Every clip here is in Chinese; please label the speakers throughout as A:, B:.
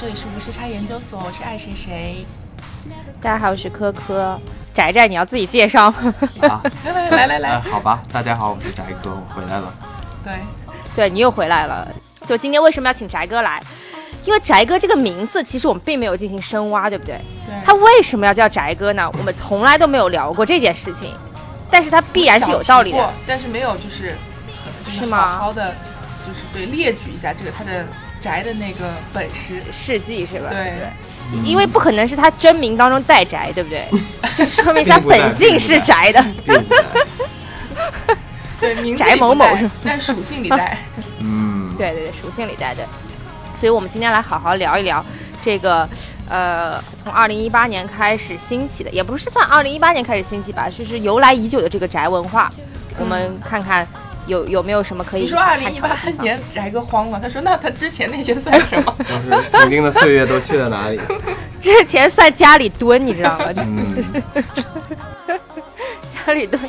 A: 这里是无时差研究所，我是爱谁谁。
B: 大家好，我是科科。宅宅，你要自己介绍 吗？
C: 啊，
A: 来来来来来，
C: 哎，好吧，大家好，我是宅哥，我回来了。
A: 对，
B: 对你又回来了。就今天为什么要请宅哥来？因为宅哥这个名字，其实我们并没有进行深挖，对不对？
A: 对
B: 他为什么要叫宅哥呢？我们从来都没有聊过这件事情，但是他必然是有道理
A: 小提
B: 的
A: 过。但是没有就是就是
B: 是吗
A: 好好的就是对列举一下这个他的宅的那个本事。
B: 事迹是吧？
A: 对
B: 因为不可能是他真名当中带宅，对 不对？就说明是他
C: 并不带
B: 本性是宅的。
C: 并不在，
A: 对，名字
B: 宅
A: 里不
B: 某某
A: 带
B: 是吗
A: 但属性 里带。
C: 嗯，
B: 对对对，属性里带的。所以我们今天来好好聊一聊这个，呃，从二零一八年开始兴起的，也不是算二零一八年开始兴起吧，就是由来已久的这个宅文化。我们看看有有没有什么可以
A: 嗯你说二
B: 探讨
A: 零
B: 的
A: 一
B: 地
A: 八
B: 方
A: 年宅哥慌了，他说那他之前那些算什么？
C: 就是曾经的岁月都去了哪里？
B: 之前算家里蹲，你知道吗？
C: 嗯，
B: 家里蹲。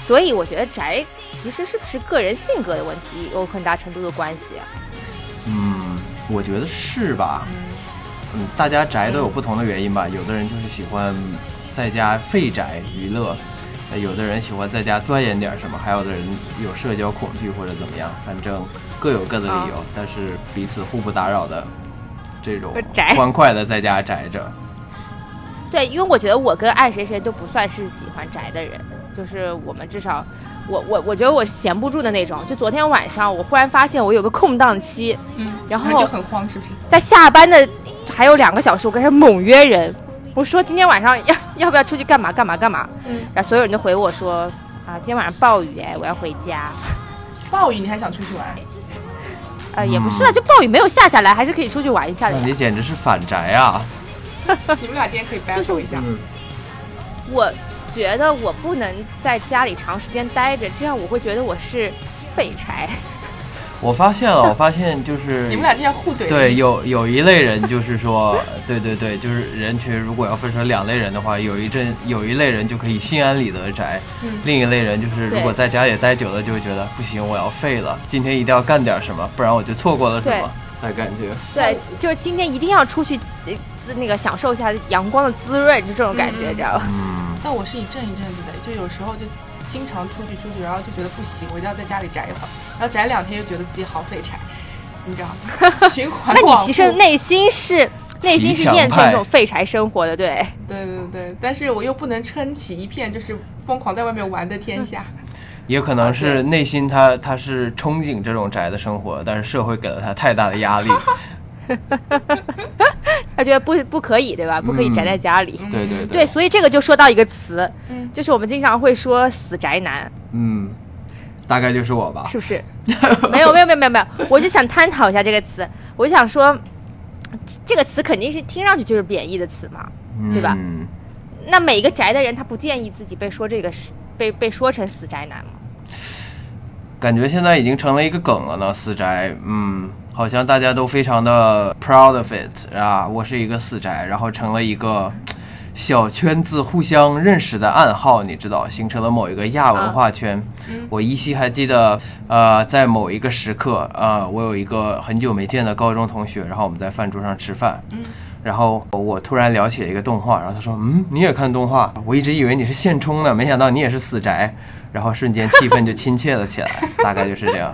B: 所以我觉得宅其实是不是个人性格的问题有很大程度的关系啊、
C: 嗯，我觉得是吧？嗯，大家宅都有不同的原因吧。有的人就是喜欢在家废宅娱乐，呃有的人喜欢在家钻研点什么，还有的人有社交恐惧或者怎么样，反正各有各的理由，但是彼此互不打扰的这种
B: 宅
C: 欢快的在家宅着。
B: 对，因为我觉得我跟爱谁谁都不算是喜欢宅的人，就是我们至少，我我我觉得我闲不住的那种。就昨天晚上，我忽然发现我有个空档期，
A: 嗯，
B: 然后
A: 就很慌，是不是？
B: 在下班的还有两个小时，我开始猛约人，我说今天晚上要要不要出去干嘛干嘛干嘛，
A: 嗯，
B: 然后所有人都回我说啊，今天晚上暴雨哎，我要回家。
A: 暴雨你还想出去 玩？
B: 呃，也不是啊，就暴雨没有下下来，还是可以出去玩一下的
C: 那
B: 哎呀。
C: 你简直是反宅啊！
A: 你们俩今天可以 battle 一下。
C: 嗯，
B: 我觉得我不能在家里长时间待着，这样我会觉得我是废 柴。
C: 我发现了，我发现就是
A: 你们俩今天互怼。
C: 对，有有一类人就是说，对对对，就是人群如果要分成两类人的话，有一阵有一类人就可以心安理得宅，
A: 嗯
C: 另一类人就是如果
B: 对
C: 在家里待久了就会觉得不行，我要废了，今天一定要干点什么，不然我就错过了什么的感觉。
B: 对，
A: 嗯
B: 就是今天一定要出去，呃，滋那个享受一下阳光的滋润，就这种感觉，
A: 嗯
B: 知道吧？
C: 嗯，
A: 但我是一阵一阵子的，就有时候就经常出去出去，然后就觉得不行，我一定要在家里宅一会儿，然后宅两天又觉得自己好废柴，你知道吗？ 循环
B: 那你
A: 往
B: 其实
A: 复
B: 内心是内心是厌倦这种废柴生活的，对。
A: 对对对，但是我又不能撑起一片就是疯狂在外面玩的天下。
C: 也可能是内心他他是憧憬这种宅的生活，但是社会给了他太大的压力。
B: 他觉得不不可以，对
A: 嗯
B: 吧？不可以宅在家里。
C: 对对
B: 嗯对，，所以这个就说到一个词，
A: 嗯
B: 就是我们经常会说“死宅男
C: 嗯，大概就是我吧”，。
B: 是不是？没有没有没有没有没有，我就想探讨一下这个词，我就想说，这个词肯定是听上去就是贬义的词嘛。对吧
C: 嗯
B: 那每个宅的人，他不建议自己被说这个是被被说成死宅男吗？
C: 感觉现在已经成了一个梗了呢，死宅，嗯，好像大家都非常的 proud of it 啊，我是一个死宅，然后成了一个小圈子互相认识的暗号，你知道，形成了某一个亚文化圈。我依稀还记得，呃，在某一个时刻，呃，我有一个很久没见的高中同学，然后我们在饭桌上吃饭，然后我突然聊起了一个动画，然后他说：“嗯，你也看动画？我一直以为你是现充呢，没想到你也是死宅。”然后瞬间气氛就亲切了起来， 大概就是这样。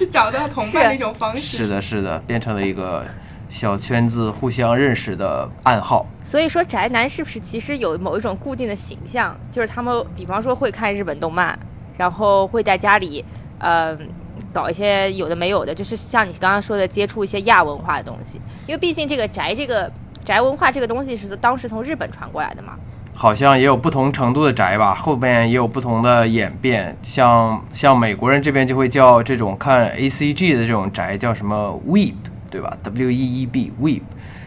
A: 就找到同伴的一种方式。
C: 是的，是的，变成了一个小圈子互相认识的暗号。
B: 所以说，宅男是不是其实有某一种固定的形象？就是他们，比方说会看日本动漫，然后会在家里，呃，搞一些有的没有的，就是像你刚刚说的，接触一些亚文化的东西。因为毕竟这个宅这个宅文化这个东西是当时从日本传过来的嘛。
C: 好像也有不同程度的宅吧，后面也有不同的演变，像像美国人这边就会叫这种看 A C G 的这种宅叫什么 weep，对吧？W E E B weep，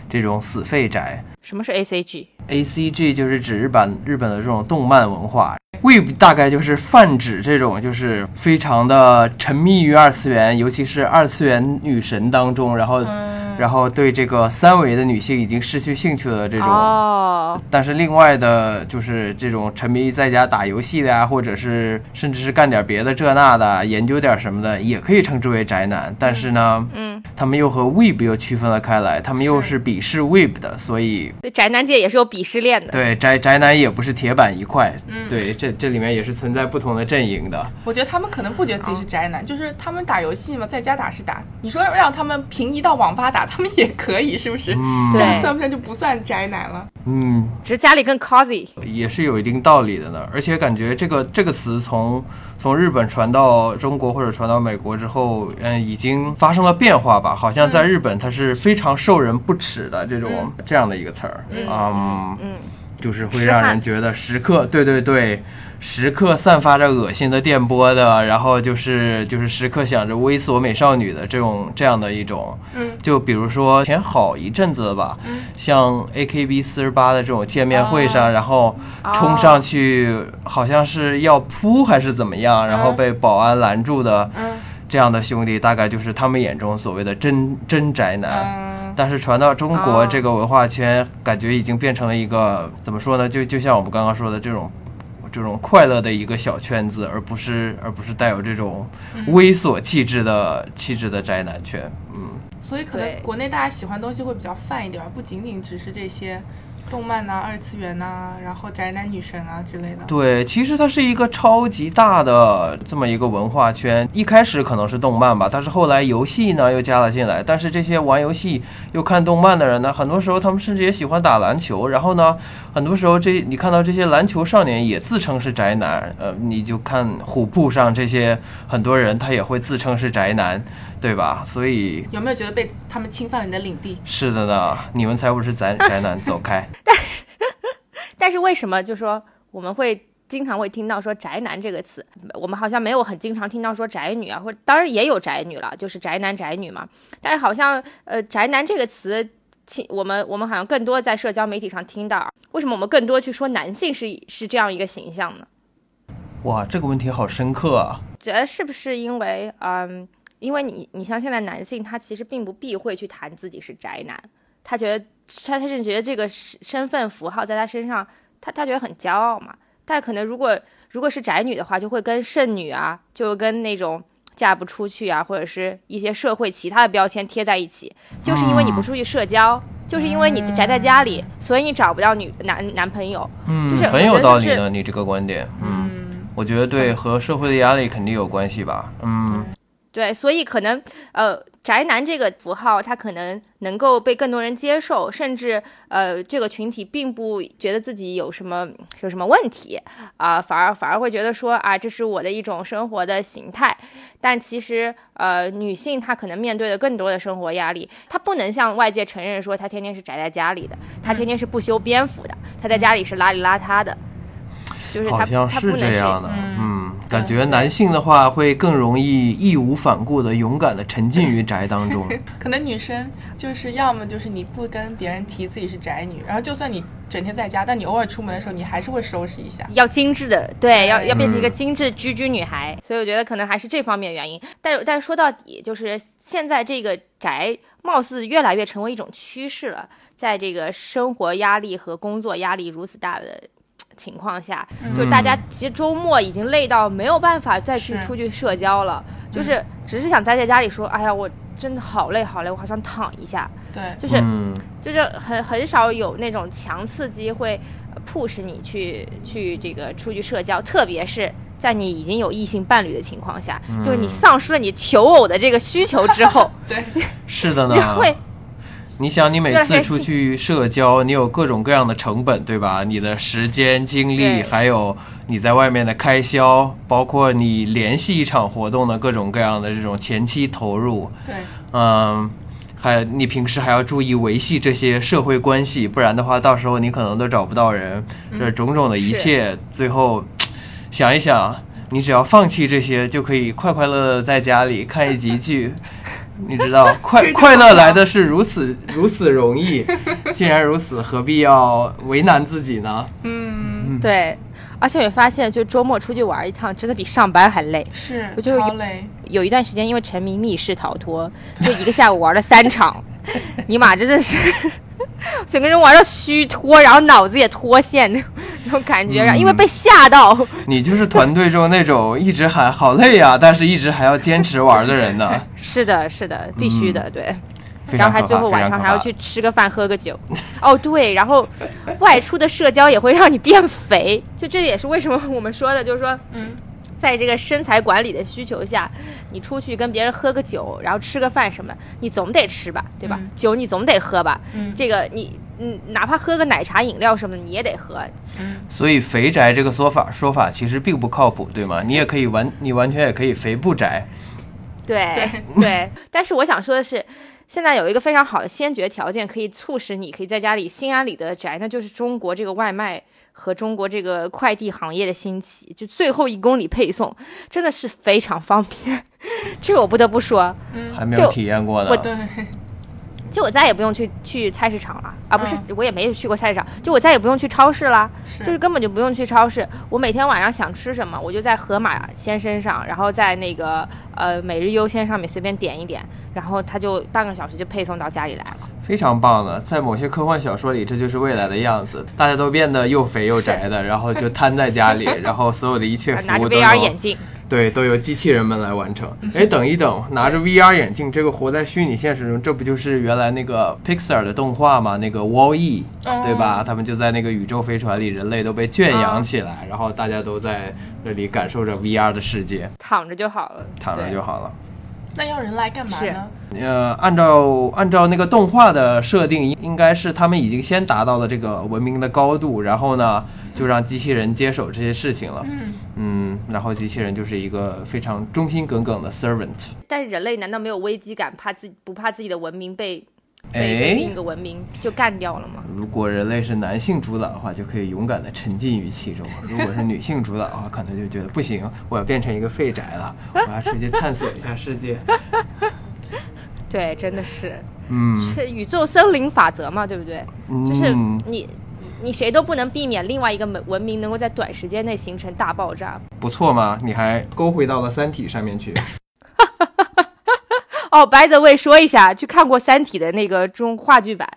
C: 这种死废宅。
B: 什么是 A C G？
C: A C G 就是指日本日本的这种动漫文化，Weeb 大概就是泛指这种就是非常的沉迷于二次元，尤其是二次元女神当中，然后、
A: 嗯
C: 然后对这个三维的女性已经失去兴趣的这种。
B: 哦，
C: 但是另外的，就是这种沉迷在家打游戏的呀、或者是甚至是干点别的这那的，研究点什么的，也可以称之为宅男。但是呢，
B: 嗯，
C: 他们又和 Weeb 又区分了开来，他们又是鄙视 Weeb 的，所以
B: 宅男界也是有鄙视链的。嗯
C: 对宅宅男也不是铁板一块。对，这这里面也是存在不同的阵营的。
A: 我觉得他们可能不觉得自己是宅男，就是他们打游戏嘛，在家打是打。你说让他们平移到网吧打，他们也可以，是不是？
C: 嗯
A: 这样
B: 对
A: 算不算就不算宅男了？
C: 嗯，
B: 只是家里更 cozy，
C: 也是有一定道理的呢。而且感觉这个这个词从从日本传到中国或者传到美国之后，嗯，已经发生了变化吧？好像
B: 嗯
C: 在日本它是非常受人不齿的这种、这样的一个词儿，嗯
B: 嗯，
C: 就是会
B: 痴
C: 让
B: 汉
C: 人觉得时刻对对对。时刻散发着恶心的电波的，然后就是就是时刻想着猥琐美少女的这种这样的一种，
A: 嗯，
C: 就比如说前好一阵子吧，像 A K B 四十八的这种见面会
A: 哦
C: 上，然后冲上去好像是要扑还是怎么样，然后被保安拦住的
A: 嗯
C: 这样的兄弟，大概就是他们眼中所谓的真真宅男。
A: 嗯，
C: 但是传到中国
B: 哦
C: 这个文化圈，感觉已经变成了一个怎么说呢？就就像我们刚刚说的这种。这种快乐的一个小圈子，而不是而不是带有这种猥琐气质的、气质的宅男圈，嗯。
A: 所以可能
B: 对
A: 国内大家喜欢东西会比较泛一点吧，不仅仅只是这些动漫呐、二次元呐、然后宅男女神啊之类的。
C: 对，其实它是一个超级大的这么一个文化圈。一开始可能是动漫吧，但是后来游戏呢又加了进来。但是这些玩游戏又看动漫的人呢，很多时候他们甚至也喜欢打篮球。然后呢，很多时候这你看到这些篮球少年也自称是宅男。呃，你就看虎扑上这些很多人，他也会自称是宅男，对吧？所以
A: 有没有觉得被他们侵犯了你的领地？
C: 是的呢，你们才不是宅宅男，走开。
B: 但是为什么就说我们会经常会听到说“宅男”这个词，我们好像没有很经常听到说“宅女”啊，或者当然也有宅女了，就是宅男宅女嘛。但是好像呃“宅男”这个词，其我们我们好像更多在社交媒体上听到，为什么我们更多去说男性是是这样一个形象呢？
C: 哇，这个问题好深刻啊！
B: 觉得是不是因为嗯，因为你你像现在男性，他其实并不避讳去谈自己是宅男，他觉得他他甚至觉得这个身身份符号在他身上，他他觉得很骄傲嘛。但是可能如果如果是宅女的话，就会跟剩女啊，就会跟那种嫁不出去啊，或者是一些社会其他的标签贴在一起，就是因为你不出去社交。就是因为你宅在家里，所以你找不到女男男朋友。
C: 嗯，
B: 就是
C: 很
B: 我
C: 有
B: 觉得
C: 道
B: 就
C: 理
B: 是
C: 呢，你这个观点，嗯
A: 嗯，
C: 我觉得对和社会的压力肯定有关系吧。嗯，
B: 对，所以可能呃，宅男这个符号，它可能能够被更多人接受，甚至呃，这个群体并不觉得自己有什么有什么问题啊、反而反而会觉得说啊，这是我的一种生活的形态。但其实呃，女性她可能面对的更多的生活压力，她不能像外界承认说她天天是宅在家里的，她天天是不修边幅的，她在家里是邋里邋遢的，就是她
C: 好像
B: 她不
C: 是
B: 能
C: 这
B: 去
C: 样的。
A: 嗯
C: 嗯，感觉男性的话会更容易义无反顾的、勇敢的沉浸于宅 当中。
A: 可能女生就是要么就是你不跟别人提自己是宅女，然后就算你整天在家，但你偶尔出门的时候，你还是会收拾一下。
B: 要精致的，对，要
A: 嗯
B: 要变成一个精致居居女孩，所以我觉得可能还是这方面原因。但但是说到底，就是现在这个宅貌似越来越成为一种趋势了，在这个生活压力和工作压力如此大的嘖情况下，就是大家其实周末已经累到没有办法再去
A: 是
B: 出去社交了，就是只是想待在家里说，哎呀，我真的好累好累，我好想躺一下，
A: 对，
B: 就是。
C: 嗯，
B: 就是很很少有那种强刺激会呃 push 你去去这个出去社交，特别是在你已经有异性伴侣的情况下，就是你丧失了你求偶的这个需求之后，
A: 对，
C: 是的
B: 你
C: 呢。
B: 会
C: 你想，你每
B: 对
C: 次
B: 还
C: 出
B: 是
C: 去社交，你有各种各样的成本，对吧？你的时间、精力，
B: 对
C: 还有你在外面的开销，包括你联系一场活动的各种各样的这种前期投入。
A: 对，
C: 嗯，还你平时还要注意维系这些社会关系，不然的话，到时候你可能都找不到人。这种种的一切，最后想一想，你只要放弃这些，就可以快快乐乐的在家里看一集 剧。你知道，快快乐来的是如此如此容易，既然如此，何必要为难自己呢？
A: 嗯，
B: 对，而且我也发现，就周末出去玩一趟，真的比上班还累。
A: 是
B: 我就
A: 超累。
B: 有一段时间因为沉迷密室逃脱，就一个下午玩了三场，尼玛，这真是 整个人玩到虚脱，然后脑子也脱线那种那种感觉，然后因为被吓到，
C: 你就是团队中那种一直喊好累呀、但是一直还要坚持玩的人 呢，
B: 是的，是的，必须的，对。
C: 嗯非
B: 然
C: 常
B: 后还
C: 可
B: 最
C: 怕，
B: 后
C: 非
B: 晚
C: 常可
B: 上还要
C: 怕。
B: 去吃个饭喝个酒，哦对，然后外出的社交也会让你变肥，就这也是为什么我们说的，就是说，
A: 嗯，
B: 在这个身材管理的需求下，你出去跟别人喝个酒，然后吃个饭什么，你总得吃吧，对吧？
A: 嗯
B: 酒你总得喝吧，
A: 嗯
B: 这个你嗯，哪怕喝个奶茶饮料什么的，你也得喝，
C: 所以“肥宅”这个说法说法其实并不靠谱，对吗？你也可以完，你完全也可以肥不宅。
B: 对对，但是我想说的是，现在有一个非常好的先决条件，可以促使你可以在家里心安理得地宅，那就是中国这个外卖和中国这个快递行业的兴起，就最后一公里配送，真的是非常方便。 这个我不得不说，
C: 还没有
B: 就
C: 体验过呢。
B: 我
A: 对，
B: 就我再也不用去去菜市场了啊，不是，
C: 嗯
B: 我也没有去过菜市场，就我再也不用去超市啦，
A: 是
B: 就是根本就不用去超市。我每天晚上想吃什么，我就在盒马鲜生上，然后在那个呃每日优先上面随便点一点，然后它就半个小时就配送到家里来了。
C: 非常棒的，在某些科幻小说里，这就是未来的样子，大家都变得又肥又 宅的，然后就瘫在家里，然后所有的一切
B: 啊
C: 服
B: 拿着
C: 务都
B: VR
C: 由
B: 眼镜，
C: 对都由机器人们来完成。哎，等一等，拿着 VR 眼镜，这个活在虚拟现实中，这不就是原来那个 Pixar 的动画吗？那个 Wall E，
A: 哦
C: 对吧？他们就在那个宇宙飞船里，人类都被圈养起来，然后大家都在这里感受着 VR 的世界，
B: 躺着就好了，
C: 躺着
B: 对
C: 就好了。
A: 那要人来干嘛
B: 是
A: 呢？
C: 呃，按照按照那个动画的设定，应应该是他们已经先达到了这个文明的高度，然后呢，就让机器人接手这些事情了。
A: 嗯
C: 嗯，然后机器人就是一个非常忠心耿耿的 servant。
B: 但是人类难道没有危机感，怕自己不怕自己的文明被被被另
C: 哎
B: 一，个文明就干掉了吗？
C: 如果人类是男性主导的话，就可以勇敢的沉浸于其 中；如果是女性主导的话，可能就觉得不行，我要变成一个废宅了，我要出去探索一下世 界。
B: 对，真的是。
C: 嗯，
B: 是宇宙森林法则嘛，对不对？就是
C: 嗯
B: 你，你谁都不能避免另外一个文文明能够在短时间内形成大爆炸。
C: 不错嘛，你还勾回到了《三体》上面去。
B: 哦，by the way，说一下，去看过《三体》的那个中话剧版，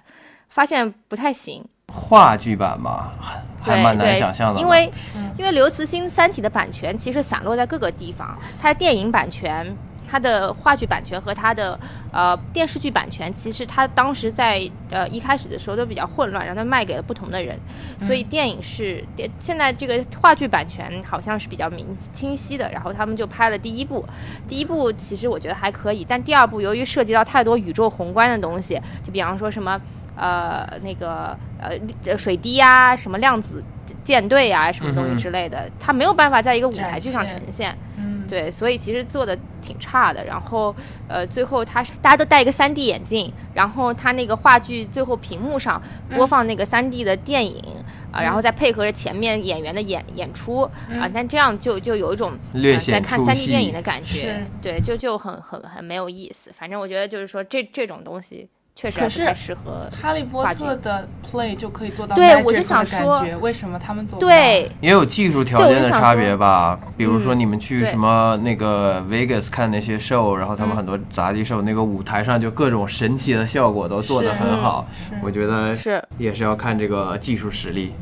B: 发现不太行，
C: 话剧版嘛，还
B: 对
C: 蛮难
B: 对
C: 想象的呢。
B: 因为、
A: 嗯
B: 因为刘慈欣《三体》的版权其实散落在各个地方，它的电影版权。它的话剧版权和它的呃电视剧版权，其实它当时在呃一开始的时候都比较混乱，然后它卖给了不同的人，所
C: 嗯
B: 以电影是电现在这个话剧版权好像是比较明清晰的，然后他们就拍了第一部，第一部其实我觉得还可以，但第二部由于涉及到太多宇宙宏观的东西，就比方说什么呃那个呃呃水滴呀、什么量子舰队呀、什么东
C: 嗯
B: 西
C: 哼
B: 之类的，它没有办法在一个舞台剧上呈
A: 展
B: 现。
A: 嗯，
B: 对，所以其实做的挺差的。然后，呃，最后他是大家都戴一个3 D 眼镜，然后他那个话剧最后屏幕上
A: 嗯
B: 播放那个3 D 的电影啊、然后再配合着前面演员的演演出啊、
A: 嗯
B: 但这样就就有一种、
C: 略
B: 呃、在
C: 显
B: 看
C: 出
B: 3 D
C: 戏
B: 电影的感觉
A: 是，
B: 对，就就很很很没有意思。反正我觉得就是说这这种东西确实
A: 可
B: 还不
A: 是
B: 太适合。
A: 哈利波特的 play 就可以做到
B: 对
A: magic
B: 我就想
A: 的感
B: 说
A: 觉，为什么他们做不到？
B: 对，
C: 也有技术条件的差别吧，比如说你们去
B: 嗯对嗯
C: 什么那个 Vegas 看那些 show，然后他们很多杂技 show，那个舞台上就各种神奇的效果都做得很好，我觉得
B: 嗯是
C: 也是要看这个技术实力。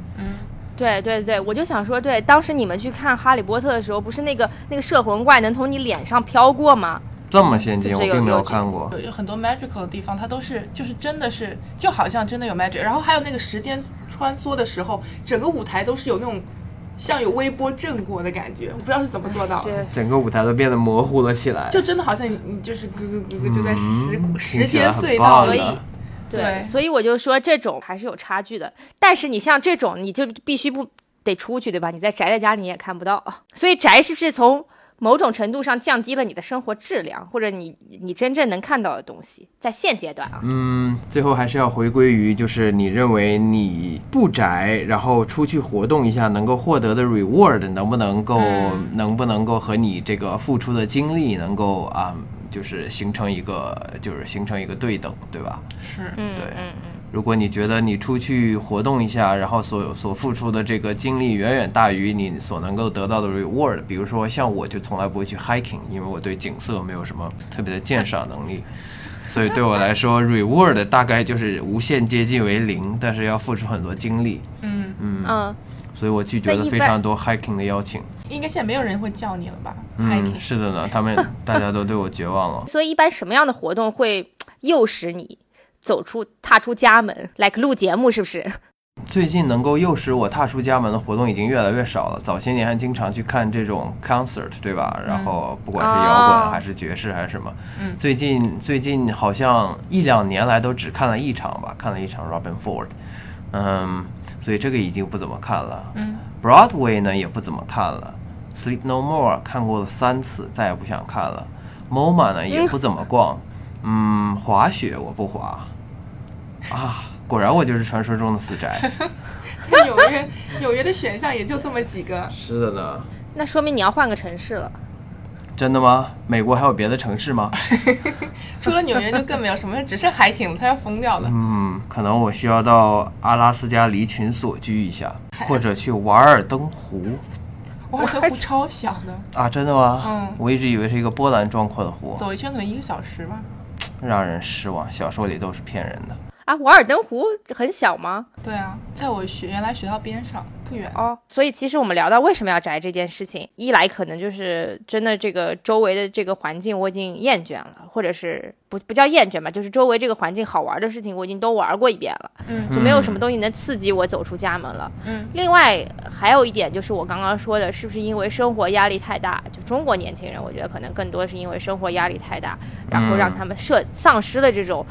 B: 对对对，我就想说，对，当时你们去看《哈利波特》的时候，不是那个那个摄魂怪能从你脸上飘过吗？
C: 这么先进，
B: 就
C: 我
B: 是有
C: 并没
B: 有
C: 有
B: 这
C: 看过。
A: 有有嗯很多 magical 的地方，它都是就是真的是就好像真的有 magic，然后还有那个时间穿梭的时候，整个舞台都是有那种像有微波震过的感觉，我不知道是怎么做到的，
B: 对
C: 整个舞台都变得模糊了起来，
A: 就真的好像你你就是咯咯咯咯就在时、
C: 嗯
A: 时
C: 听起来
A: 间
C: 很
A: 隧道
C: 棒啊
B: 所
A: 里
B: 以
C: 的
A: 对
B: 所以我就说这种还是有差距的。但是你像这种，你就必须不得出去，对吧？你在宅在家里你也看不到， 所以宅是不是从某种程度上降低了你的生活质量，或者你你真正能看到的东西？在现阶段啊，
C: 嗯，最后还是要回归于，就是你认为你不宅，然后出去活动一下，能够获得的 reward 能不能够，
A: 嗯
C: 能不能够和你这个付出的精力能够啊、就是形成一个，就是形成一个对等，对吧？
A: 是
B: 嗯
C: 对
B: 嗯嗯，
C: 如果你觉得你出去活动一下，然后所所付出的这个精力远远大于你所能够得到的 reward，比如说像我就从来不会去 hiking，因为我对景色没有什么特别的鉴赏能力，所以对我 来说，reward 大概就是无限接近为零，但是要付出很多精力。
A: 嗯，
C: 嗯，
B: 嗯，
C: 所以我拒绝
B: 那
C: 了
B: 一
C: 非
B: 般
C: 常多 hiking 的邀请。
A: 应该现在没有人会叫你了吧？
C: 嗯，
A: hiking
C: 是的呢，他们大家都对我绝望了。
B: 所以一般什么样的活动会诱使你走出踏出家门？like 录节目是不是？
C: 最近能够诱使我踏出家门的活动已经越来越少了。早些年还经常去看这种 concert，对吧？然后不管是摇
B: 哦
C: 滚还是爵士还是什么，
A: 嗯
C: 最近最近好像一两年来都只看了一场
A: 嗯
C: 吧，看了一场 Robin Ford，嗯，所以这个已经不怎么看了。
A: 嗯
C: Broadway 呢也不怎么看了，Sleep No More 看过了三次，再也不想看了。MoMA 呢也不怎么逛，嗯，滑雪我不滑，啊，果然我就是传说中的死宅。
A: 纽约纽约的选项也就这么几 个。
C: 是的呢。
B: 那说明你要换个城市了。
C: 真的吗？美国还有别的城市吗？
A: 除了纽约就更没有什么，只剩海挺了，他要疯掉了。
C: 嗯，可能我需要到阿拉斯加离群索居一 下，或者去瓦尔登湖
A: 我海豚湖超小的，
C: 啊！真的吗？
A: 嗯
C: 我一直以为是一个波澜壮阔的湖，
A: 走一圈可能一个小时吧。
C: 让人失望。小说里都是骗人的。
B: 啊，瓦尔登湖很小吗？
A: 对啊，在我学原来学校边上不远。
B: 哦，所以其实我们聊到为什么要宅这件事情，一来可能就是真的这个周围的这个环境我已经厌倦了，或者是不不叫厌倦吧，就是周围这个环境好玩的事情我已经都玩过一遍了，
A: 嗯
B: 就没有什么东西能刺激我走出家门了。
A: 嗯
B: 另外还有一点就是我刚刚说的，是不是因为生活压力太大？就中国年轻人，我觉得可能更多是因为生活压力太大，然后
A: 嗯
B: 让他们社丧失了这种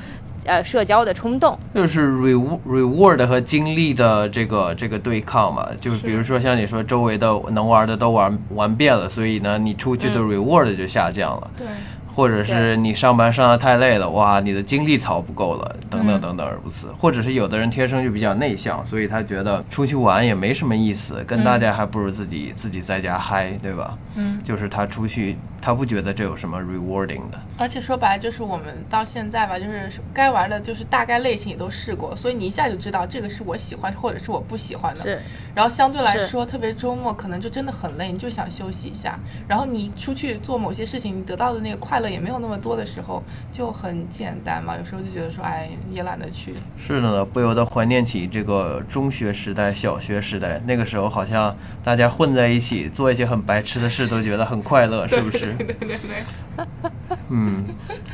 B: 呃社交的冲动。
C: 就是 reward reward 和精力的这个这个对抗嘛，就是比如说像你说周围的能玩的都玩玩遍了，所以呢，你出去的 reward 就下降了。
A: 对，
C: 或者是
B: 对
C: 你上班上的太累了，哇，你的精力槽不够了，等等等等如此。或者是有的人天生就比较内向，所以他觉得出去玩也没什么意思，跟大家还不如自己、自己在家嗨，对吧？
A: 嗯，
C: 就是他出去，他不觉得这有什么 rewarding 的。
A: 而且说白了就是我们到现在吧，就是该玩的，就是大概类型也都试过，所以你一下就知道这个是我喜欢或者是我不喜欢的。
B: 是，
A: 然后相对来
B: 是
A: 说，特别周末可能就真的很累，你就想休息一下。然后你出去做某些事情，你得到的那个快乐也没有那么多的时候，就很简单嘛。有时候就觉得说，哎，也懒得去。
C: 是的呢，不由得怀念起这个中学时代、小学时代，那个时候好像大家混在一起做一些很白痴的事，都觉得很快乐，是不 是？
A: 对对对，
C: 嗯，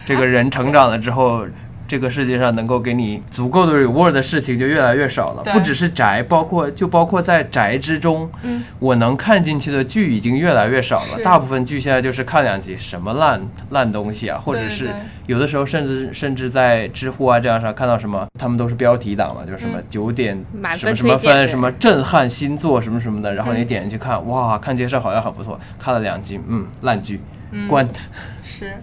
C: 这个人成长了之后，这个世界上能够给你足够的 reward 的事情就越来越少了。
A: 对
C: 不只是宅，包括就包括在宅之中，
A: 嗯
C: 我能看进去的剧已经越来越少了。
A: 是
C: 大部分剧现在就是看两集，什么烂烂东西啊，或者
A: 对
C: 是
A: 对
C: 有的时候甚至甚至在知乎啊这样上看到什么，他们都是标题党嘛，就是什么
A: 嗯
C: 九点
B: 满
C: 什么
B: 分
C: 什么
B: 推荐
C: 分
B: 对
C: 什么震撼新作什么什么的，然后你
A: 嗯
C: 点进去看，哇，看介绍好像很不错，看了两集，嗯，烂剧，关。
A: 是。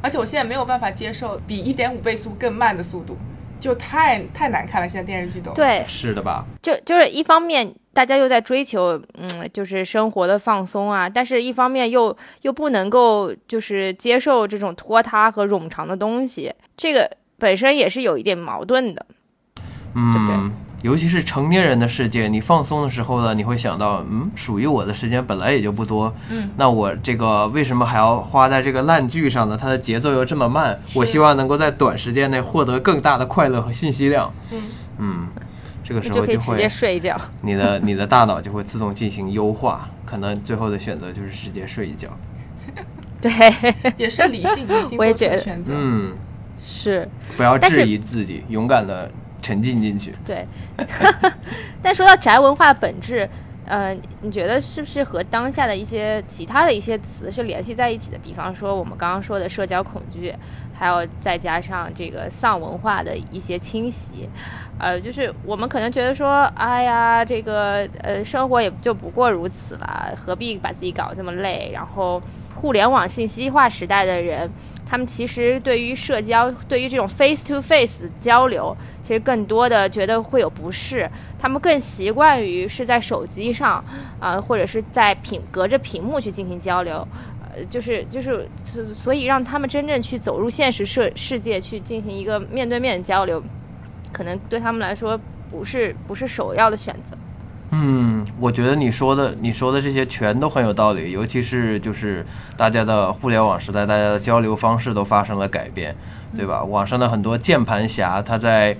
A: 而且我现在没有办法接受比一点五倍速更慢的速度，就太太难看了。现在电视剧都
B: 对，
C: 是的吧？
B: 就就是一方面大家又在追求，嗯，就是生活的放松啊，但是一方面又又不能够就是接受这种拖沓和冗长的东西，这个本身也是有一点矛盾的。对不对
C: 嗯，尤其是成年人的世界，你放松的时候呢，你会想到，嗯，属于我的时间本来也就不多，
A: 嗯，
C: 那我这个为什么还要花在这个烂剧上呢？它的节奏又这么慢，我希望能够在短时间内获得更大的快乐和信息量。
A: 嗯
C: 嗯这个
B: 你
C: 时
B: 就
C: 候
B: 可以
C: 就
B: 直接
C: 会，嗯
B: 睡一觉。
C: 你的你的大脑就会自动进行优化，可能最后的选择就是直接睡一觉。
B: 对，
A: 也是理 性理性
B: 我也
A: 做出的
B: 觉得
A: 选择。
C: 嗯，
B: 是
C: 不要
B: 但是
C: 质疑自己，勇敢的沉浸进去。
B: 对。 但说到宅文化的本质，呃，你觉得是不是和当下的一些其他的一些词是联系在一起的？比方说我们刚刚说的社交恐惧，还有再加上这个丧文化的一些侵袭，呃，就是我们可能觉得说，哎呀，这个呃，生活也就不过如此啦，何必把自己搞得这么累？然后，互联网信息化时代的人，他们其实对于社交，对于这种 face to face 交流，其实更多的觉得会有不适，他们更习惯于是在手机上，啊、或者是在屏隔着屏幕去进行交流。呃，就是就是，所所以让他们真正去走入现实社世界去进行一个面对面的交流，可能对他们来说不是不是首要的选择。
C: 嗯，我觉得你说的你说的这些全都很有道理，尤其是就是大家的互联网时代，大家的交流方式都发生了改变，对吧？网上的很多键盘侠，他在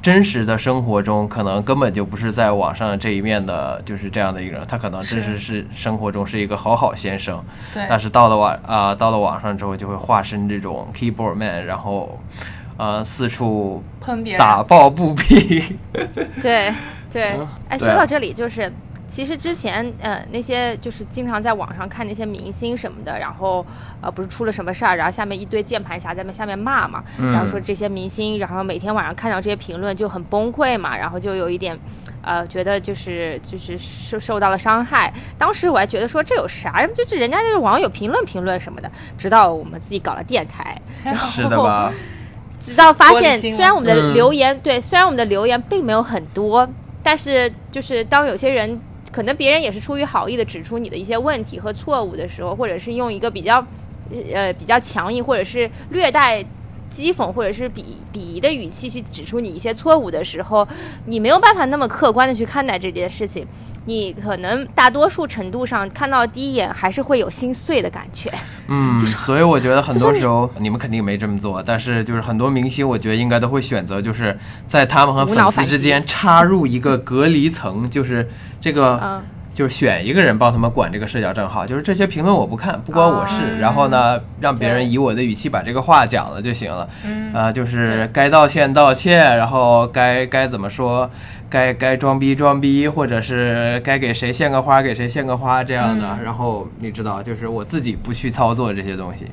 C: 真实的生活中可能根本就不是在网上这一面的，就是这样的一个人，他可能真实是生活中是一个好好先生，
A: 对，
C: 但是到了网啊、到了网上之后，就会化身这种 keyboard man，然后呃四处
A: 喷别人
C: 打抱不 平。
B: 对对
C: 嗯，
B: 哎，说
C: 对啊
B: 到这里，就是其实之前呃那些就是经常在网上看那些明星什么的，然后呃不是出了什么事儿，然后下面一堆键盘侠在那下面骂嘛，
C: 嗯
B: 然后说这些明星，然后每天晚上看到这些评论就很崩溃嘛，然后就有一点。呃，觉得就是就是受受到了伤害。当时我还觉得说这有啥，就是人家就是网友评论评论什么的。直到我们自己搞了电台，
C: 是的吧？
B: 直到发
A: 玻璃
B: 现，
A: 心了
B: 虽然我们的
C: 嗯
B: 留言、对，虽然我们的留言并没有很多，但是就是当有些人可能别人也是出于好意的指出你的一些问题和错误的时候，或者是用一个比较呃比较强硬或者是略带。讥讽或者是鄙鄙夷的语气去指出你一些错误的时候，你没有办法那么客观的去看待这件事情，你可能大多数程度上看到第一眼还是会有心碎的感觉。
C: 嗯，所以我觉得很多时候你们肯定没这么做，但是就是很多明星，我觉得应该都会选择，就是在他们和
B: 无脑
C: 粉丝
B: 反击
C: 之间插入一个隔离层，就是这个
B: 嗯，
C: 就是选一个人帮他们管这个社交账号，就是这些评论我不看，不关我事，
B: 嗯
C: 然后呢，让别人以我的语气把这个话讲了就行了。
A: 嗯，
C: 啊，就是该道歉道歉，然后该该怎么说，该该装逼装逼，或者是该给谁献个花给谁献个花这样的。
A: 嗯
C: 然后你知道，就是我自己不去操作这些东西，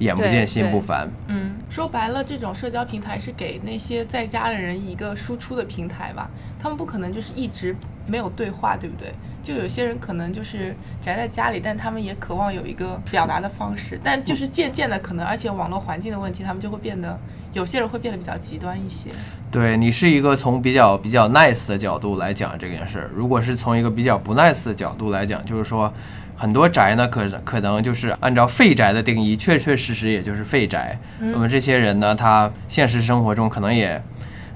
C: 眼不
B: 对
C: 见心
B: 对
C: 不烦。
A: 嗯，说白了，这种社交平台是给那些在家的人一个输出的平台吧，他们不可能就是一直没有对话，对不对？就有些人可能就是宅在家里，但他们也渴望有一个表达的方式，但就是渐渐的可能，而且网络环境的问题，他们就会变得，有些人会变得比较极端一些。
C: 对你是一个从比较比较 nice 的角度来讲这件事儿，如果是从一个比较不 nice 的角度来讲，就是说很多宅呢，可可能就是按照废宅的定义，确确实实也就是废宅。
A: 嗯
C: 那么这些人呢，他现实生活中可能也。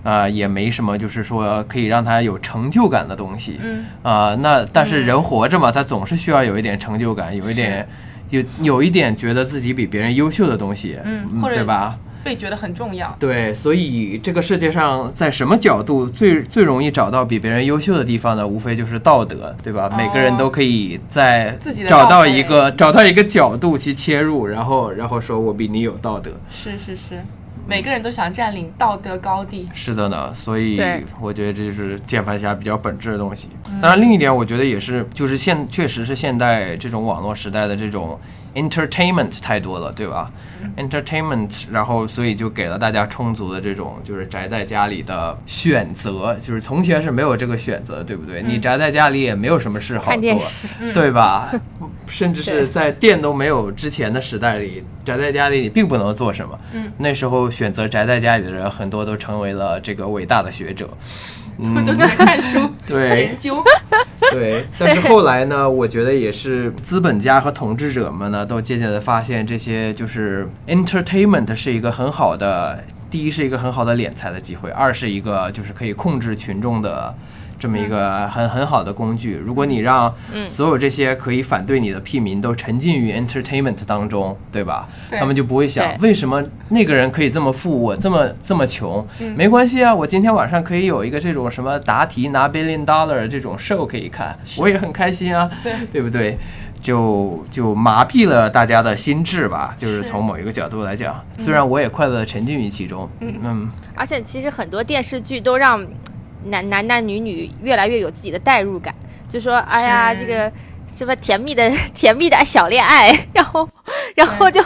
C: 啊、也没什么，就是说可以让他有成就感的东西。
A: 嗯，
C: 啊、那但是人活着嘛，他总是需要有一点成就感，有
A: 嗯
C: 一点，有有一点觉得自己比别人优秀的东西，
A: 嗯或者
C: 对吧？
A: 被觉得很重要。
C: 对，所以这个世界上在什么角度最最容易找到比别人优秀的地方呢？无非就是道德，对吧？
A: 哦
C: 每个人都可以在
A: 自己的
C: 找
A: 道
C: 到
A: 德
C: 一个找到一个角度去切入，然后然后说我比你有道德。
A: 是是是，每个人都想占领道德高地。
C: 是的呢，所以
B: 对
C: 我觉得这就是键盘侠比较本质的东西。当然，另一点我觉得也是，就是现确实是现代这种网络时代的这种 entertainment 太多了，对吧？entertainment，然后所以就给了大家充足的这种就是宅在家里的选择，就是从前是没有这个选择，对不对？你宅在家里也没有什么事好
B: 看
C: 做
B: 电，视，
C: 对吧？甚至是在电都没有之前的时代里，宅在家里你并不能做什么。
A: 嗯，
C: 那时候选择宅在家里的人，很多都成为了这个伟大的学者。
A: 他们都在看书、
C: 嗯 对
A: 研究。
C: 对，但是后来呢，我觉得也是资本家和统治者们呢，都渐渐的发现这些就是 entertainment 是一个很好的，第一是一个很好的敛财的机会，二是一个就是可以控制群众的。这么一个很很好的工具，如果你让所有这些可以反对你的屁民都沉浸于 entertainment 当中，对吧？
A: 对
C: 他们就不会想
B: 对
C: 为什么那个人可以这么富，我这么这么穷？没关系啊，我今天晚上可以有一个这种什么答题拿 billion dollar 这种 show 可以看，我也很开心啊，
A: 对
C: 不对？就就麻痹了大家的心智吧，就是
A: 是
C: 从某一个角度来讲，虽然我也快乐地沉浸于其中，嗯，
B: 而且其实很多电视剧都让男男男女女越来越有自己的代入感，就说哎呀，
A: 是
B: 这个什么甜蜜的 甜蜜的小恋爱，然后然后就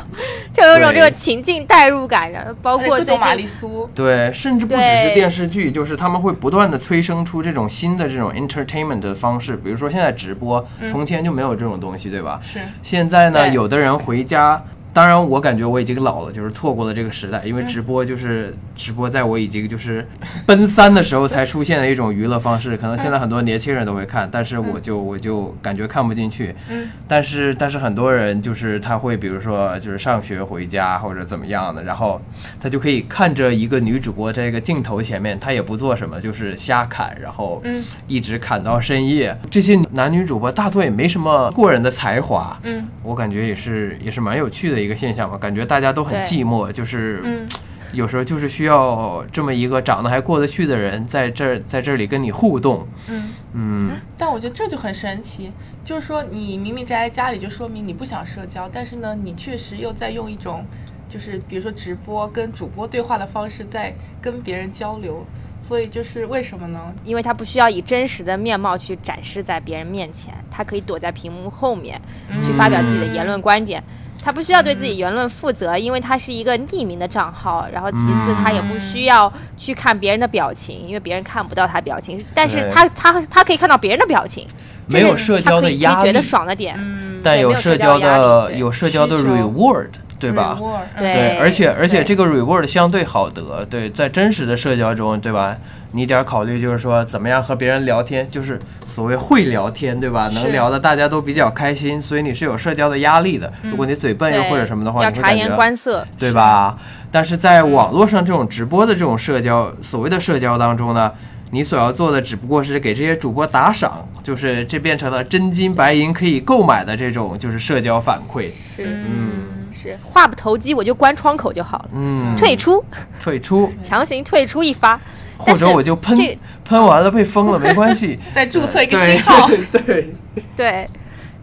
B: 就有种这
C: 对
B: 种情境代入感，然后包括
A: 各
B: 最
A: 种玛丽
B: 近
A: 苏，
C: 对，甚至不只是
B: 对
C: 电视剧，就是他们会不断的催生出这种新的这种 entertainment 的方式，比如说现在直播，从前就没有这种东西，对吧？
A: 是
C: 现在呢，
B: 对
C: 有的人回家。当然，我感觉我已经老了，就是错过了这个时代，因
A: 嗯
C: 为直播就是直播，在我已经就是 奔三的时候才出现的一种娱乐方式，可能现在很多年轻人都会看，但是我就我就感觉看不进去。
A: 嗯，
C: 但是但是很多人就是他会比如说就是上学回家或者怎么样的，然后他就可以看着一个女主播在这个镜头前面，他也不做什么，就是瞎砍，然后
A: 嗯
C: 一直砍到深夜。这些男女主播大多也没什么过人的才华，
A: 嗯
C: 我感觉也是也是蛮有趣的一个现象吧，感觉大家都很
B: 对
C: 寂寞，就是、
A: 嗯，
C: 有时候就是需要这么一个长得还过得去的人在这儿在这里跟你互动，
A: 嗯，
C: 嗯，
A: 但我觉得这就很神奇，就是说你明明宅在家里，就说明你不想社交，但是呢，你确实又在用一种，就是比如说直播跟主播对话的方式在跟别人交流，所以就是为什么呢？
B: 因为他不需要以真实的面貌去展示在别人面前，他可以躲在屏幕后面去发表自己的言论观点。他不需要对自己言论负责，因为他是一个匿名的账号。然后其次，他也不需要去看别人的表情，因为别人看不到他表情。但是
C: 对
B: 他他他可以看到别人的表情，
C: 没有社交的
B: 他
C: 压
B: 可以可以觉
C: 力
B: 得，爽的点。
A: 嗯，
C: 但
B: 对
C: 有
B: 没有
C: 社
B: 社交
C: 交的
B: 压力
C: 有社交的
A: 需求
C: reward，对吧？
A: reward，嗯
B: 对
C: 对，而且而且
B: 对
C: 这个 reward 相对好得，对，在真实的社交中，对吧？你一点儿考虑就是说，怎么样和别人聊天，就是所谓会聊天，对吧？能
A: 是
C: 聊的大家都比较开心，所以你是有社交的压力的。如果你嘴笨又
B: 嗯对
C: 或者什么的话，
B: 要
C: 你会
B: 察
C: 感
B: 言
C: 觉
B: 观色。
C: 对吧？但是在网络上这种直播的这种社交，所谓的社交当中呢，你所要做的只不过是给这些主播打赏，就是这变成了真金白银可以购买的这种就是社交反馈。
B: 是
A: 嗯，
B: 是，话不投机，我就关窗口就好了，
C: 嗯，
B: 退出，
C: 退出，
B: 强行退出一发。
C: 或者我就喷
B: 这
C: 喷完了被封了没 关系。
A: 再注册一个
C: 对
A: 新 号，
C: 对，
B: 对，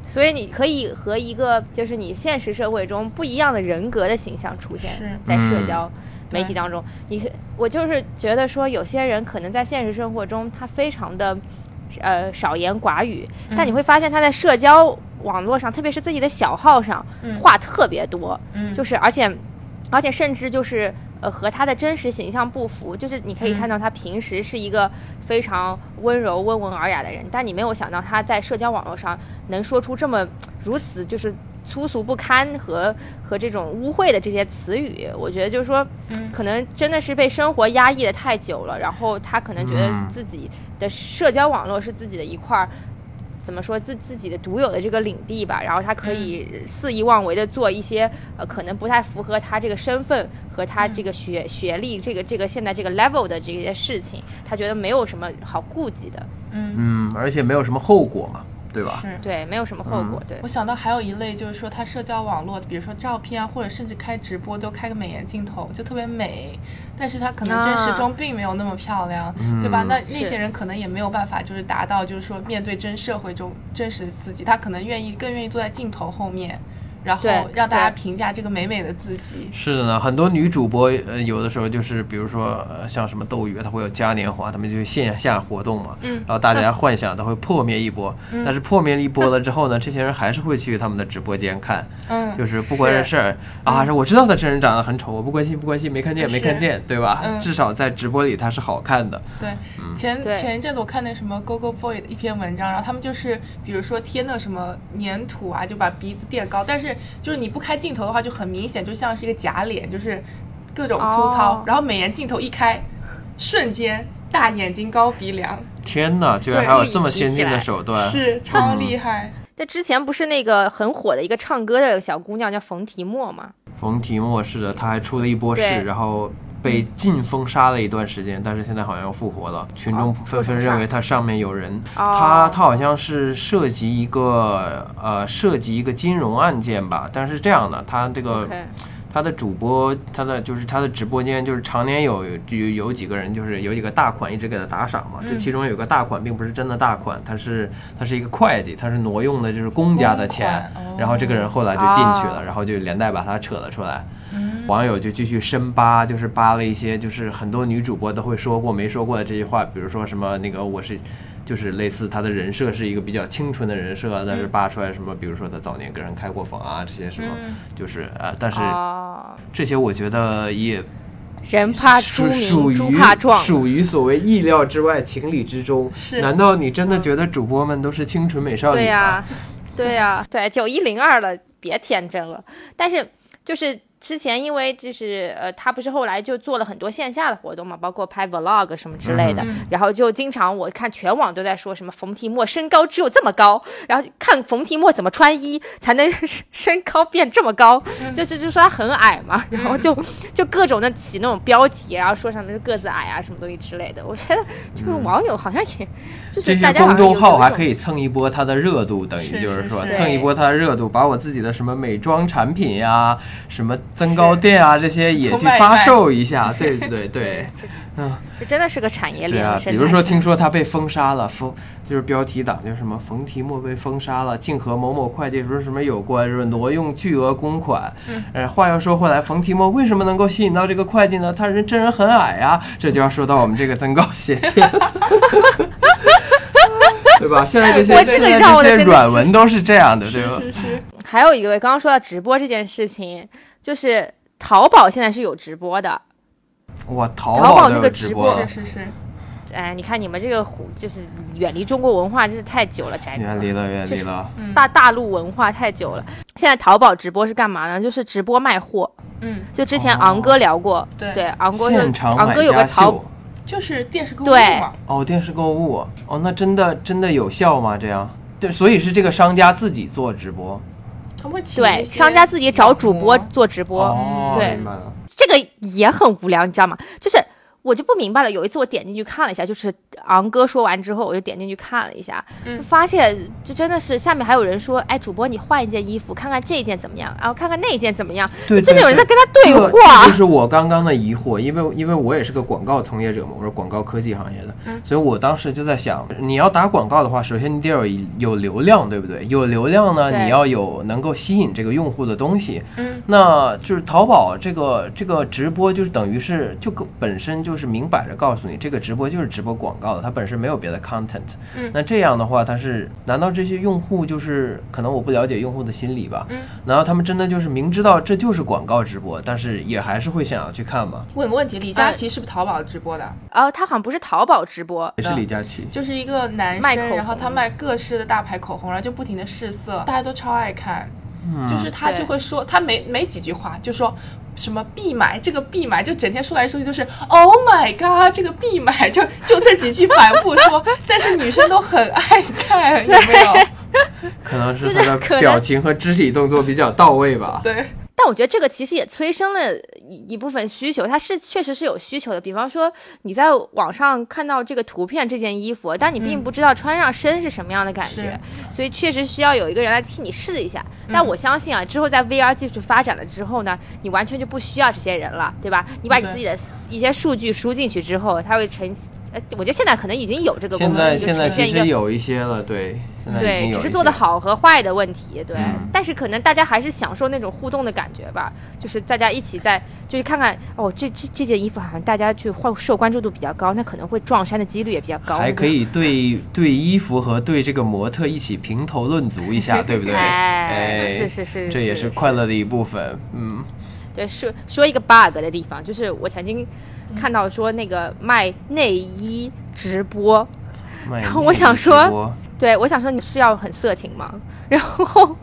B: 所以你可以和一个就是你现实社会中不一样的人格的形象出现
A: 是
B: 在社
C: 嗯
B: 交媒体
A: 对
B: 当中。你可我就是觉得说，有些人可能在现实生活中他非常的呃少言寡语，
A: 嗯
B: 但你会发现他在社交网络上，特别是自己的小号上，
A: 嗯
B: 话特别多，
A: 嗯
B: 就是而且而且甚至就是呃和他的真实形象不符，就是你可以
A: 嗯
B: 看到他平时是一个非常温柔、温文尔雅的人，但你没有想到他在社交网络上能说出这么如此就是粗俗不堪和和这种污秽的这些词语。我觉得就是说，
A: 嗯
B: 可能真的是被生活压抑的太久了，然后他可能觉得
C: 嗯
B: 自己的社交网络是自己的一块儿。怎么说自自己的独有的这个领地吧，然后他可
C: 嗯
B: 以肆意妄为的做一些呃可能不太符合他这个身份和他这
C: 嗯
B: 个学、学历这个这个现在这个 level 的这些事情，他觉得没有什么好顾忌的，
A: 嗯，
C: 嗯，而且没有什么后果嘛，对吧？
A: 是。
B: 对，没有什么后果，对
A: 我，想到还有一类，就是说他社交网络，比如说照片啊，或者甚至开直播都开个美颜镜头，就特别美，但是他可能真实
B: 啊
A: 中并没有那么漂亮，对吧？那那
B: 是
A: 些人可能也没有办法，就是达到就是说面对真社会中真实的自己，他可能愿意更愿意坐在镜头后面，然后
B: 对
A: 让大家
B: 对
A: 评价这个美美的自己。
C: 是的呢，很多女主播，呃，有的时候就是，比如说、呃、像什么斗鱼，它会有嘉年华，他们就线下活动嘛，
A: 嗯
C: 然后大家幻想它会破灭一波，但是破灭一波了之后呢，这些人还是会去他们的直播间看，
A: 嗯，
C: 就是不关这
B: 是
C: 事儿啊，是我知道他真人长得很丑，我不关心，不关心，没看见，没看
A: 是
C: 见，对吧？
A: 嗯
C: 至少在直播里他是好看的，
A: 对，前
B: 对
A: 前一阵子我看那什么 GoGo Boy 的一篇文章，然后他们就是比如说贴那什么粘土啊，就把鼻子垫高，但是就是你不开镜头的话，就很明显，就像是一个假脸，就是各种粗糙。
B: 哦
A: 然后美颜镜头一开，瞬间大眼睛高鼻梁，
C: 天哪，居然
B: 对
C: 还有
B: 立
C: 这么
B: 体
C: 先
B: 起
C: 进的
B: 来
C: 手段，
A: 是超厉害。
B: 在之前不是那个很火的一个唱歌的小姑娘叫冯提莫嘛，
C: 冯提莫是的，他还出了一波事，
B: 对嗯
C: 然后被禁封杀了一段时间，但是现在好像又复活了。群众纷纷认为他上面有人，
B: 哦
C: 他他好像是涉及一个呃涉及一个金融案件吧，但是这样的，他这个
B: OK
C: 他的主播，他的就是他的直播间，就是常年有有有几个人，就是有几个大款一直给他打赏嘛。
A: 嗯
C: 这其中有个大款，并不是真的大款，他是他是一个会计，他是挪用的就是公家的钱
A: 公款哦。
C: 然后这个人后来就进去了，
B: 啊
C: 然后就连带把他扯了出来。
B: 嗯
A: 嗯
C: 网友就继续深扒，就是扒了一些，就是很多女主播都会说过没说过的这些话，比如说什么那个我是，就是类似她的人设是一个比较清纯的人设，但是扒出来什么，比如说她早年跟人开过房啊这些什么，
A: 嗯
C: 就是呃，但是
B: 哦，
C: 这些我觉得也
B: 人怕猪
C: 属属
B: 鸣，猪
C: 于
B: 怕壮，
C: 属于所谓意料之外，情理之中。
A: 是
C: 难道你真的觉得主播们都是清纯美少女吗？
B: 对呀、对呀、对，九一零二了，别天真了。但是就是之前因为就是呃，他不是后来就做了很多线下的活动嘛，包括拍 vlog 什么之类的，然后就经常我看全网都在说什么冯提莫身高只有这么高，然后看冯提莫怎么穿衣才能 身高变这么高，就是就说他很矮嘛，然后就就各种的起那种标题，然后说什么是个子矮啊什么东西之类的，我觉得就是网友好像也就是
C: 这
B: 大
C: 些
B: 家好
C: 公
B: 像有
C: 众号
B: 有一
C: 还
B: 种
C: 可以蹭一波它的热度，等于
A: 是
C: 就是
A: 是
C: 说
A: 是
C: 蹭一波它的热度，把我自己的什么美妆产品呀、什么增高垫啊这些也
A: 通
C: 去
A: 卖一
C: 发
A: 卖
C: 售 一下，对对对对，
B: 这真的是个产业
C: 对
B: 链。
C: 啊，
B: 生
C: 比如
B: 态
C: 说听说他被封杀了，封就是标题党，就是什么冯提莫被封杀了，竟和某某会计说什么有关，说挪用巨额公款。嗯，呃，话又说回来，冯提莫为什么能够吸引到这个会计呢？他人真人很矮呀、这就要说到我们这个增高鞋垫。 对吧？现在这些
B: 我这
C: 现
B: 个
C: 在
B: 绕
C: 这
B: 得真
C: 些
B: 的
C: 软
B: 是
C: 文都是这样的，对吧？
B: 还有一个刚刚说到直播这件事情，就是淘宝现在是有直播的。
C: 哇，淘
B: 淘宝
C: 都
B: 那
C: 有
B: 个
C: 直
B: 直
C: 播
B: 播
C: 了，
A: 是是是，
B: 哎，你看你们这个虎就是远离中国文化，真是太久了，宅
C: 远
B: 哥。
C: 离了，远
B: 这
C: 离了。
B: 大大陆文化太久了，现在淘宝直播是干嘛呢？就是直播卖货。
A: 嗯，
B: 就之前
C: 哦
B: 昂哥聊过，
A: 对
B: 对，昂哥
C: 现
B: 是
C: 场
B: 昂
C: 买
B: 哥有个
C: 家
B: 淘
C: 秀
A: 就是电视购物
B: 对
A: 嘛，
C: 哦，电视购物哦，那真的真的有效吗？这样，对，所以是这个商家自己做直播。
A: 他们会请
B: 对
A: 一些
B: 商家自己找主播
C: 网红
B: 做直播，
C: 哦，
B: 嗯对
C: 明白了。
B: 这个也很无聊，你知道吗？就是我就不明白了。有一次我点进去看了一下，就是昂哥说完之后，我就点进去看了一下，
A: 嗯
B: 就发现就真的是下面还有人说，哎，主播你换一件衣服，看看这一件怎么样，然后看看那一件怎么样，
C: 对
B: 就真的有人在跟他对
C: 这
B: 话。
C: 这就是我刚刚的疑惑，因为因为我也是个广告从业者嘛，我是广告科技行业的，
B: 嗯
C: 所以我当时就在想，你要打广告的话，首先你得有一有流量，对不对？有流量呢，
B: 对
C: 你要有能够吸引这个用户的东西。
A: 嗯，
C: 那就是淘宝这个这个直播，就是等于是就跟本身就是明摆着告诉你，这个直播就是直播广告的，它本身没有别的 content。
A: 嗯
C: 那这样的话，它是难道这些用户就是可能我不了解用户的心理吧？
A: 嗯
C: 难道他们真的就是明知道这就是广告直播，但是也还是会想要去看吗？
A: 问个问题，李
B: 啊
A: 佳琦是不是淘宝直播的？
B: 呃，他好像不是淘宝直播，
C: 也是李佳琦，
A: 就是一个男
B: 卖口
A: 生，
B: 红
A: 然后他卖各式的大牌口红，然后就不停的试色，大家都超爱看。
C: 嗯
A: 就是他
B: 对
A: 就会说，他没没几句话就说什么必买，这个必买，就整天说来说去就是 Oh my god，这个必买，就就这几句反复 说。但是女生都很爱看，有没有？
C: 可能是
B: 就是
C: 他
B: 可
C: 的
B: 能
C: 表情和肢体动作比较到位吧。
A: 对，
B: 但我觉得这个其实也催生了一一部分需求，它是确实是有需求的。比方说，你在网上看到这个图片这件衣服，但你并不
C: 嗯
B: 知道穿上身是什么样的感觉，所以确实需要有一个人来替你试一下。但
C: 嗯
B: 我相信啊，之后在 VR 技术发展了之后呢，你完全就不需要这些人了，对吧？你把你
A: 对
B: 自己的一些数据输进去之后，它会呈，呃，我觉得现在可能已经有这个功
C: 现
B: 能，
C: 在
B: 就
C: 现在
B: 呈现
C: 其
B: 一个
C: 实有一些了，对，现在已经有
B: 对，
C: 一些
B: 只是做的好和坏的问题，对、
C: 嗯
B: 但是可能大家还是享受那种互动的感觉吧，就是大家一起在，就是看看哦，这这这件衣服好像大家去换受关注度比较高，那可能会撞衫的几率也比较高，
C: 还可以对对衣服和对这个模特一起评头论足一下，对不对？
B: 对。 哎
C: 哎，
B: 是是是，
C: 这也
B: 是
C: 是快乐的一部分。嗯，
B: 对，说说一个 bug 的地方，就是我曾经看到说那个卖内衣直播，
C: 然
B: 后我想说，对，我想说你是要很色情吗？ 然后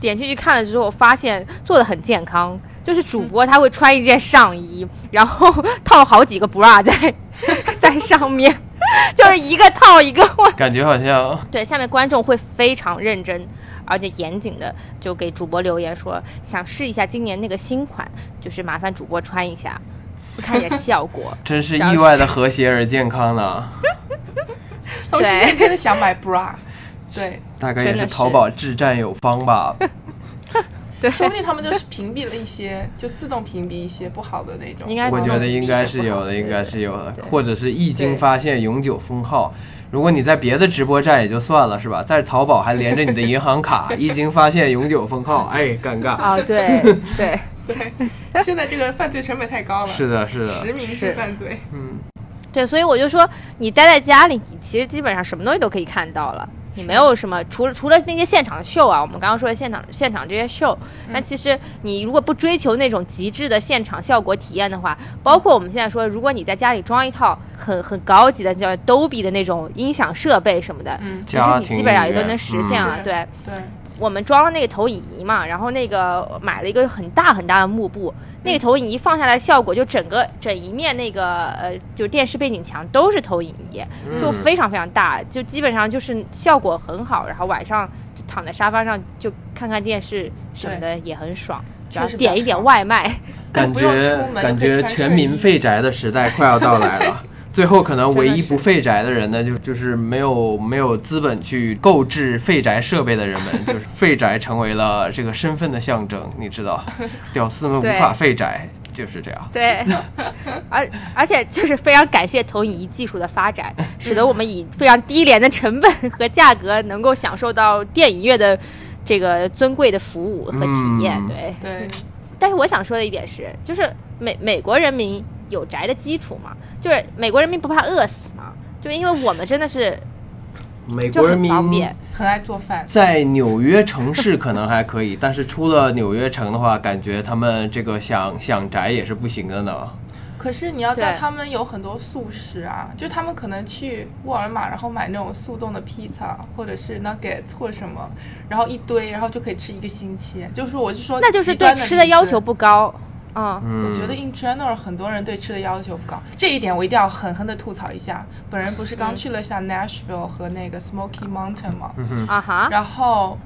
B: 点进去看了之后，我发现做的很健康，就是主播他会穿一件上衣，然后套好几个 bra 在 在上面，就是一个套一个换。
C: 感觉好像
B: 对，下面观众会非常认真。而且严谨的就给主播留言说，想试一下今年那个新款，就是麻烦主播穿一 下，就看一下效果。
C: 真是意外的和谐而健康呢。
A: 同时
B: 对
A: 认真的想买 bra，对，
C: 大概也
B: 真的
C: 是淘
B: 是
C: 宝智占有 方吧。
B: 对，
A: 说不定他们就是屏蔽了一些，就自动屏蔽一些不好的那种。
B: 应该
C: 我
B: 自
C: 觉
B: 动
C: 得应
B: 避
C: 该
B: 是
C: 是
B: 不
C: 有
B: 好
C: 的，
B: 的
C: 应该是有的
B: 对，
C: 或者是一经
B: 对
C: 发现永久封号。如果你在别的直播站也就算了，是吧？在淘宝还连着你的银 行卡，一经发现永久封号，哎，尴尬。
B: 啊、对对，
A: 对，现在这个犯罪成本太高了，
C: 是的，是的，
A: 实名制
B: 是
A: 犯罪。
C: 嗯，
B: 对，所以我就说，你待在家里，你其实基本上什么东西都可以看到了。你没有什么，除了除了那些现场秀啊，我们刚刚说的现场现场这些秀，那其实你如果不追求那种极致的现场效果体验的话，包括我们现在说，如果你在家里装一套很很高级的叫 Dolby 的那种音响设备什么的，
A: 嗯
B: 其实
C: 家
B: 你
C: 庭
B: 基本上也
C: 音
B: 都
C: 乐
B: 能实现
A: 嗯
B: 了。
A: 是
B: 对，
A: 对，
B: 我们装了那个投影仪嘛，然后那个买了一个很大很大的幕布，
A: 嗯
B: 那个投影仪放下来效果就整个整一面那个呃，就是电视背景墙都是投影仪，
A: 嗯
B: 就非常非常大，就基本上就是效果很好，然后晚上就躺在沙发上就看看电视什么的也很爽，
A: 确
B: 然
A: 实
B: 后
A: 比较
B: 点一点外卖，
C: 感
A: 不用出
C: 觉
A: 门就
C: 感
A: 可以
C: 觉
A: 穿
C: 全
A: 睡
C: 民
A: 衣
C: 废宅的时代快要到来 了。最后可能唯
A: 真
C: 一
A: 的是
C: 不废宅的人呢，就就是没有没有资本去购置废宅设备的人们，就是废宅成为了这个身份的象征，你 知道，屌丝们
B: 对
C: 无法废宅，就是这样。
B: 对，而而且就是非常感谢投影仪技术的发展，
C: 嗯
B: 使得我们以非常低廉的成本 和价格，能够享受到电影院的这个尊贵的服务和体验。
C: 嗯
B: 对，
A: 对，
B: 但是我想说的一点是，就是美美国人民有宅的基础嘛，就是美国人民不怕饿死嘛，就因为我们真的是
C: 美
B: 就
C: 国人
B: 很
C: 民
B: 方便。
A: 很爱做饭。
C: 在纽约城市可能还可以，但是出了纽约城的话，感觉他们这个想想宅也是不行的呢。
A: 可是你要知道，
B: 对
A: 他们有很多素食啊，就他们可能去沃尔玛，然后买那种速冻的披萨，或者是 nuggets 或者什么，然后一堆，然后就可以吃一个星期。就是我是说，
B: 那就是对吃的要求。不高，嗯。
A: 我觉得 in general 很多人对吃的要求不高，这一点我一定要狠狠的吐槽一下。本人不是
B: 嗯
A: 刚去了一下 Nashville 和那个 Smoky Mountain 吗？
B: 啊哈，
A: 然后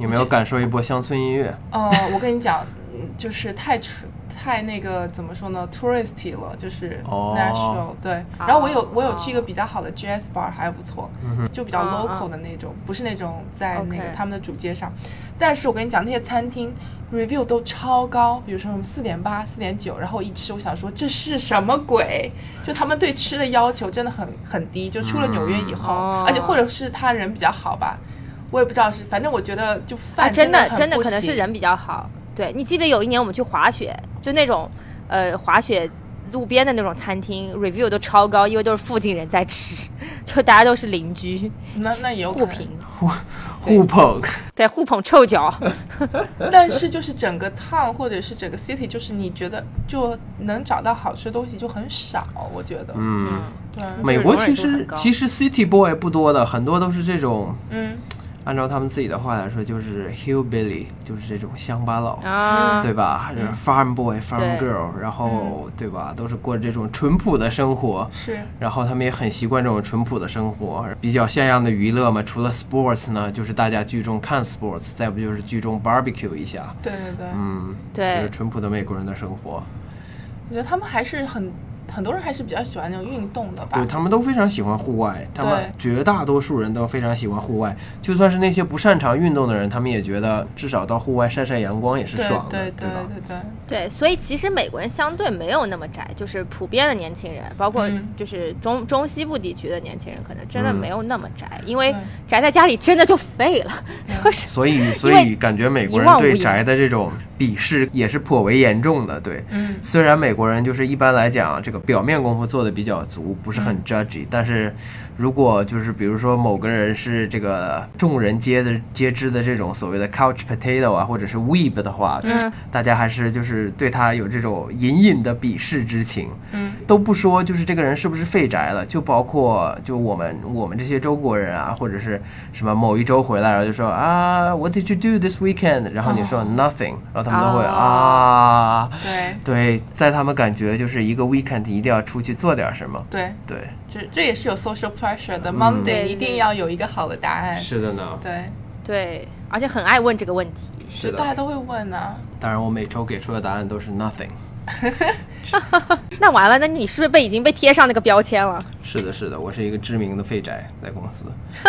C: 有没有感受一波乡村音乐？
A: 呃，我跟你讲，嗯就是太出太那个怎么说呢，touristy 了，就是
C: 哦
A: national、对。
B: 啊
A: 然后我有我有去一个比较好的 jazz bar，还不错，就比较
B: 啊啊
A: local 的那种，不是那种在那个
B: OK
A: 他们的主街上。但是我跟你讲，那些餐厅 review 都超高，比如说什么四点八、四点九，然后我一吃，我想说这是什么鬼？就他们对吃的要求真的很很低，就出了纽约以后，
B: 哦
A: 而且或者是他人比较好吧。我也不知道是，反正我觉得就
B: 啊，
A: 饭
B: 真
A: 的
B: 的
A: 很
B: 真的
A: 不
B: 可能是
A: 行
B: 人比较好。对你记得有一年我们去滑雪，就那种呃滑雪路边的那种餐厅，review 都超高，因为都是附近人在吃， 就大家都是邻居
A: 那那也有可
B: 互
A: 能
B: 评，
C: 互捧，
B: 对互捧臭脚。
A: 但是就是整个 town 或者是整个 city，就是你觉得就能找到好吃的东西就很少，我觉得。嗯，
C: 嗯。
A: 对，
C: 美国其
B: 就是容忍度
C: 实
B: 很高
C: 其实 City Boy 不多的，很多都是这种，
A: 嗯，
C: 按照他们自己的话来说，就是 hillbilly，就是这种乡巴佬，
B: 啊，
A: 嗯
C: 对吧？就是 farm boy、farm
B: 对嗯
C: girl，然后对吧，都是过这种淳朴的生活。
A: 是
C: 然后他们也很习惯这种淳朴的生活，比较像样的娱乐嘛。除了 sports 呢，就是大家聚众看 sports，再不就是聚众 barbecue 一下。
A: 对对对，
C: 嗯，就
B: 对
C: 是淳朴的美国人的生活。
A: 我觉得他们还是很很多人还是比较喜欢那种运动的吧
C: 对。他们都非常喜欢户外，他们绝大多数人都非常喜欢户外，就算是那些不擅长运动的人，他们也觉得至少到户外晒晒阳光也是
A: 对
C: 爽的，
A: 对对
C: 吧？
A: 对对，
B: 对，所以其实美国人相对没有那么宅，就是普遍的年轻人，包括
A: 嗯
B: 就是中、中西部地区的年轻人，可能真的
C: 嗯
B: 没有那么宅，因为
A: 对
B: 宅在家里真的就废了， 就是
C: 所以，所
B: 因
C: 以
B: 为
C: 感觉美国
B: 一
C: 人
B: 望无
C: 对
B: 垠
C: 宅的这种鄙视也是颇为严重的。对，
A: 嗯，
C: 虽然美国人就是一般来讲，这个表面功夫做的比较足，不是很 judgy，、但是如果就是比如说某个人是这个众人皆的皆知的这种所谓的 couch potato 啊，或者是 weeb 的话，
B: 嗯
C: 大家还是就是对他有这种隐隐的鄙视之情。
A: 嗯，
C: 都不说就是这个人是不是废宅了，就包括就我们我们这些中国人啊，或者是什么某一周回来，然后就说啊，What did you do this weekend？然后你说 nothing，然后他们都会
B: 哦
C: 啊。
A: 对
C: 对，在他们感觉就是一个 weekend 一定要出去做点什么。
A: 对，
C: 对，
A: 这这也是有 social pressure 的。Monday
B: 对
A: 一定要有一个好的答案。
C: 嗯是的呢，
A: 对，
B: 对，而且很爱问这个问题。
C: 是
A: 就大家。都会问啊。
C: 当然，我每周给出的答案都是 nothing。
B: 那完了，那你是不是被已经被贴上那个标签了？
C: 是的，是的，我是一个知名的废宅在公司，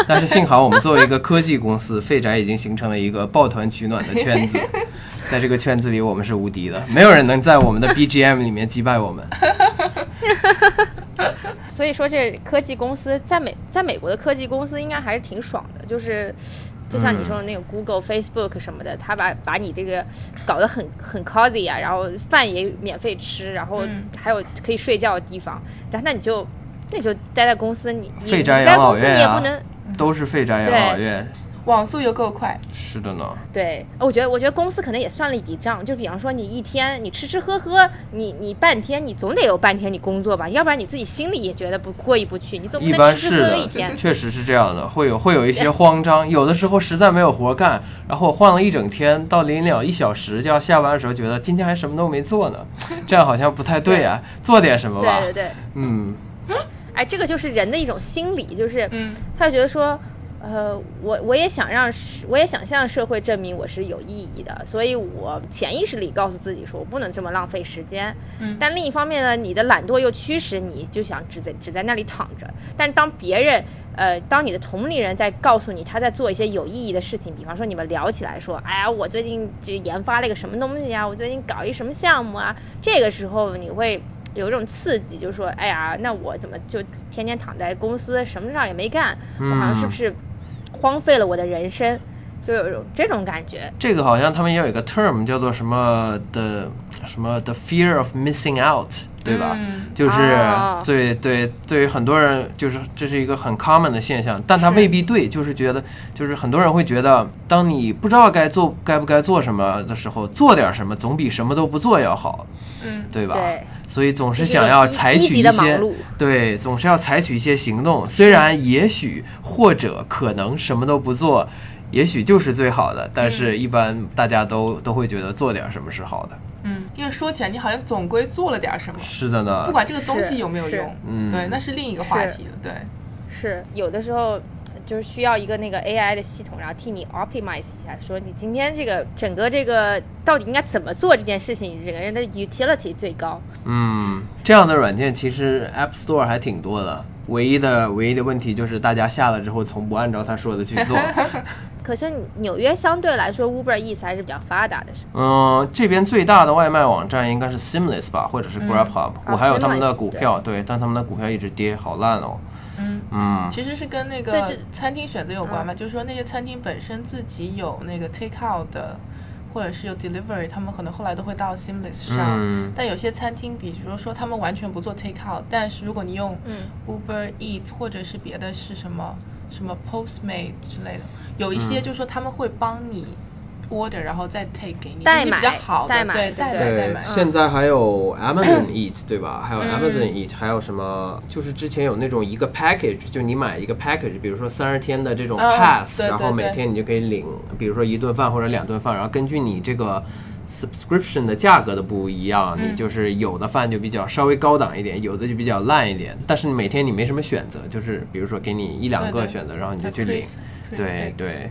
C: 但是幸好我们作为一个科技公司，废宅已经形成了一个抱团取暖的圈子，在这个圈子里我们是无敌的，没有人能在我们的 BGM 里面击败我们。
B: 所以说，这科技公司在美在美国的科技公司应该还是挺爽的，就是就像你说的那
C: 嗯
B: 个 Google、Facebook 什么的，他把把你这个搞得很很 cozy 啊，然后饭也免费吃，然后
A: 嗯
B: 还有可以睡觉的地方，然后那你就那你就待在公司，你你
C: 废宅
B: 你在
C: 养老
B: 公司你
C: 院
B: 也
C: 啊
B: 不能。
C: 都是废宅养老院，
A: 网速又够快，
C: 是的呢。
B: 对，呃我觉得，我觉得公司可能也算了一笔账，就比方说你一天你吃吃喝喝，你你半天，你总得有半天你工作吧，要不然你自己心里也觉得不过意不去，你总不
C: 一
B: 能
C: 般
B: 吃
C: 是
B: 吃喝喝一
C: 的，
B: 天。
C: 确实是这样的，会有会有一些慌张，有的时候实在没有活干，然后我晃了一整天，到临了一小时就要下班的时候，觉得今天还什么都没做呢，这样好像不太对啊，做点什么吧
B: 对，对对，
C: 嗯，
B: 哎，这个就是人的一种心理，就是
A: 嗯，
B: 他就觉得说，呃，我我也想让社，我也想向社会证明我是有意义的，所以我潜意识里告诉自己说，我不能这么浪费时间。
A: 嗯
B: 但另一方面呢，你的懒惰又驱使你就想只在只在那里躺着。但当别人，呃，当你的同龄人在告诉你他在做一些有意义的事情，比方说你们聊起来说，哎呀，我最近就研发了一个什么东西啊，我最近搞一什么项目啊，这个时候你会。有一种刺激，就说，哎呀，那我怎么就天天躺在公司，什么事儿也没干？我好像是不是荒废了我的人生？就有一种这种感觉。
C: 这个好像他们也有一个 term 叫做什么的什么 the fear of missing out，对吧？
A: 嗯
C: 就是
B: 哦
C: 对对，对于很多人就是这是一个很 common 的现象，但它
A: 是
C: 未必对，就是觉得就是很多人会觉得，当你不知道该做该不该做什么的时候，做点什么总比什么都不做要好，
A: 嗯，
C: 对吧？
B: 对，
C: 所以总是
B: 就是一种
C: 想要
B: 低
C: 采
B: 低
C: 取
B: 级
C: 一
B: 的忙
C: 些
B: 碌
C: 对，总是要采取一些行动，虽然也许或者可能什么都不做，也许就是最好的，但是一般大家都都会觉得做点什么是好的。
A: 嗯，因为说起来，你好像总归做了点什么，
C: 是的
A: 不
C: 呢，
A: 管这个东
B: 是
A: 西有没有
B: 是
A: 用，
C: 啊嗯
A: 对，那是另一个话
B: 是
A: 题了，对，
B: 是有的时候就是需要一个那个 AI 的系统，然后替你 optimize 一下，说你今天这个整个这个到底应该怎么做这件事情，整个人的 utility 最高。
C: 嗯，这样的软件其实 App Store 还挺多的，唯一的唯一的问题就是大家下了之后从不按照他说的去 做。
B: 可是纽约相对来说 Uber Eats 还是比较发达的，是吧？
C: 嗯，这边最大的外卖网站应该是 Seamless 吧，或者
A: 嗯
C: 是
A: 啊
C: GrabHub，、我还有他们的
B: Seamless，
C: 股票，对，但他们的股票一直跌，好烂哦。
A: 嗯。
C: 嗯，
A: 其实是跟那
B: 对
A: 个
B: 这嗯
A: 餐厅选择有关嘛，就是说那些餐厅本身自己有那个 take out 的，或者是有 delivery，他们可能后来都会到 Seamless 上。
C: 嗯
A: 但有些餐厅，比如说他们完全不做 take out，但是如果你用
B: 嗯
A: Uber Eats 或者是别的是什么什么 Postmate 之类的，有一
C: 嗯
A: 些就是说他们会帮你 order，然后再 take 给你，
B: 代
A: 这是比较
B: 买
A: 好的，
B: 代买
A: 对
B: 对
A: 代
B: 不
A: 买
B: 对
A: 代买。
C: 现在 还有 Amazon Eat 对吧？还有
A: 嗯
C: Amazon Eat，还有什么？就是之前有那种一个 package，就你买一个 package，比如说三十天的这种
A: 嗯
C: pass，、
A: 对对
C: 然后每
A: 对
C: 天你就可以领，比如说一顿饭或者两顿饭，然后根据你这个 subscription 的价格的不一样，
A: 嗯
C: 你就是有的饭就比较稍微高档一点，有的就比较烂一点。但是你每天你没什么选择，就是比如说给你一两
A: 对
C: 个
A: 对
C: 选择，然后你就去
A: Chris-
C: 领。
A: Chris
C: 对
A: Fix，
C: 对，
A: 对，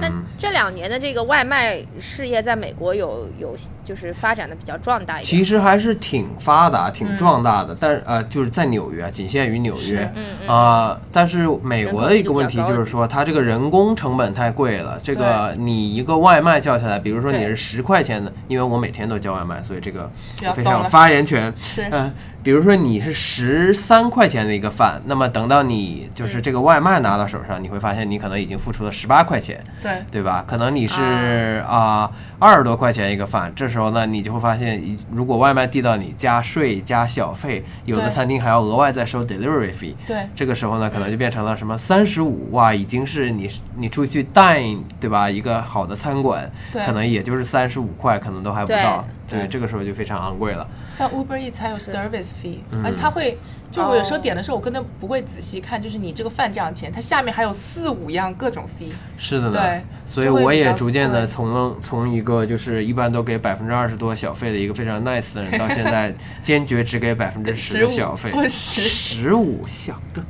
B: 那这两年的这个外卖事业在美国有有就是发展的比较壮大一点。
C: 其实还是挺发达、挺壮大的，但呃，就是在纽约，仅限于纽约
A: 是
B: 嗯嗯
C: 啊、但是美国的一个问题
B: 人口密度比较高
C: 就是说，它这个人工成本太贵了。这个你一个外卖叫下来，比如说你
B: 对
C: 是十块钱的，因为我每天都叫外卖，所以这个
A: 比较
C: 非
A: 懂
C: 常有
A: 了
C: 发言权。
A: 是
C: 嗯、比如说你是十三块钱的一个饭，那么等到你
B: 嗯
C: 就是这个外卖拿到手上，你会发现你可能已经付出了十八块钱。
A: 对。
C: 对吧？可能你是啊二十多块钱一个饭，这时候呢，你就会发现，一如果外卖递到你加税加小费，有的
A: 对
C: 餐厅还要额外再收 delivery fee。
A: 对
C: 这个时候呢，可能就变成了什么三十五哇，已经是你你出去 dine 对吧？一个好的餐馆，
A: 对
C: 可能也就是三十五块，可能都还不
B: 对
C: 到。
A: 对
C: 这个时候就非常昂贵了。
A: 像 Uber Eats 还有 service fee，而且
C: 嗯
A: 它会，就我有时候
B: 哦
A: 点的时候，我根本不会仔细看，就是你这个饭这样钱，它下面还有四五样各种 fee。
C: 是的呢
A: 对，
C: 所以
A: 就会
C: 我
A: 比
C: 也
A: 较
C: 逐渐的
A: 贵
C: 从从一个就是一般都给百分之二十多小费的一个非常 nice 的人，到 现在坚决只给百分之十的
A: 15
C: 小费
A: 我，十
C: 十五小的，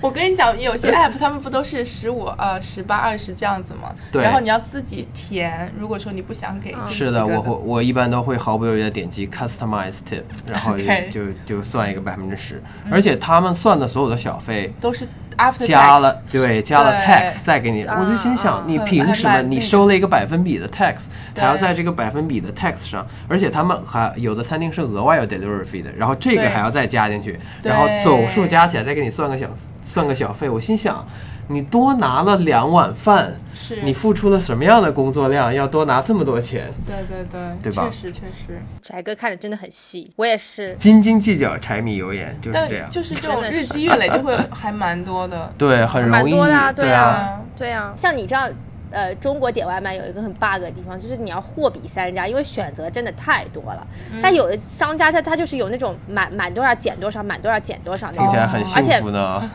A: 我跟你讲，有些 app 他们不都是十五、呃十八、二十这样子吗？
C: 对
A: 然后你要自己填，如果说你不想给，这
C: 是
A: 几
C: 的，
A: 嗯个
C: 我会我一般都会毫不犹豫的点击 customize tip，然后就
A: OK 嗯
C: 就就算一个百分之十，而且他们算的所有的小费。
A: 都是 after
C: 加
A: tax
C: 了对，加了
A: 对
C: tax 再给你，我就心想，
B: 啊
C: 你
A: 很
C: 凭
A: 很
C: 什么
A: 蛮
C: 你
A: 那个
C: 收了一个百分比的 tax，还要
A: 对
C: 在这个百分比的 tax 上，而且他们还有的餐厅是额外有 delivery fee 的，然后这个
A: 对
C: 还要再加进去，
A: 对
C: 然后总数加起来再给你算个小算个小费，我心想，你多拿了两碗饭，
A: 是
C: 你付出了什么样的工作量，要多拿这么多钱？
A: 对对对，
C: 对吧
A: 确实确实，
B: 翟哥看的真的很细，我也是。
C: 斤斤计较，柴米油盐就是
A: 但
C: 这样。。
A: 就是这种
B: 真的
A: 日
B: 是
A: 积月累就会还蛮多的
C: 对，很
B: 蛮
C: 容易，
B: 多的啊对
C: 对
B: 啊
A: 嗯
B: 对啊，像你这样，呃，中国点外卖有一个很 bug 的地方，就是你要货比三家，因为选择真的太多了。但有的商家他他就是有那种满满多少减多少，满多少减多少那
C: 啊听起来
B: 种，
C: 很
A: 哦
C: 幸福呢。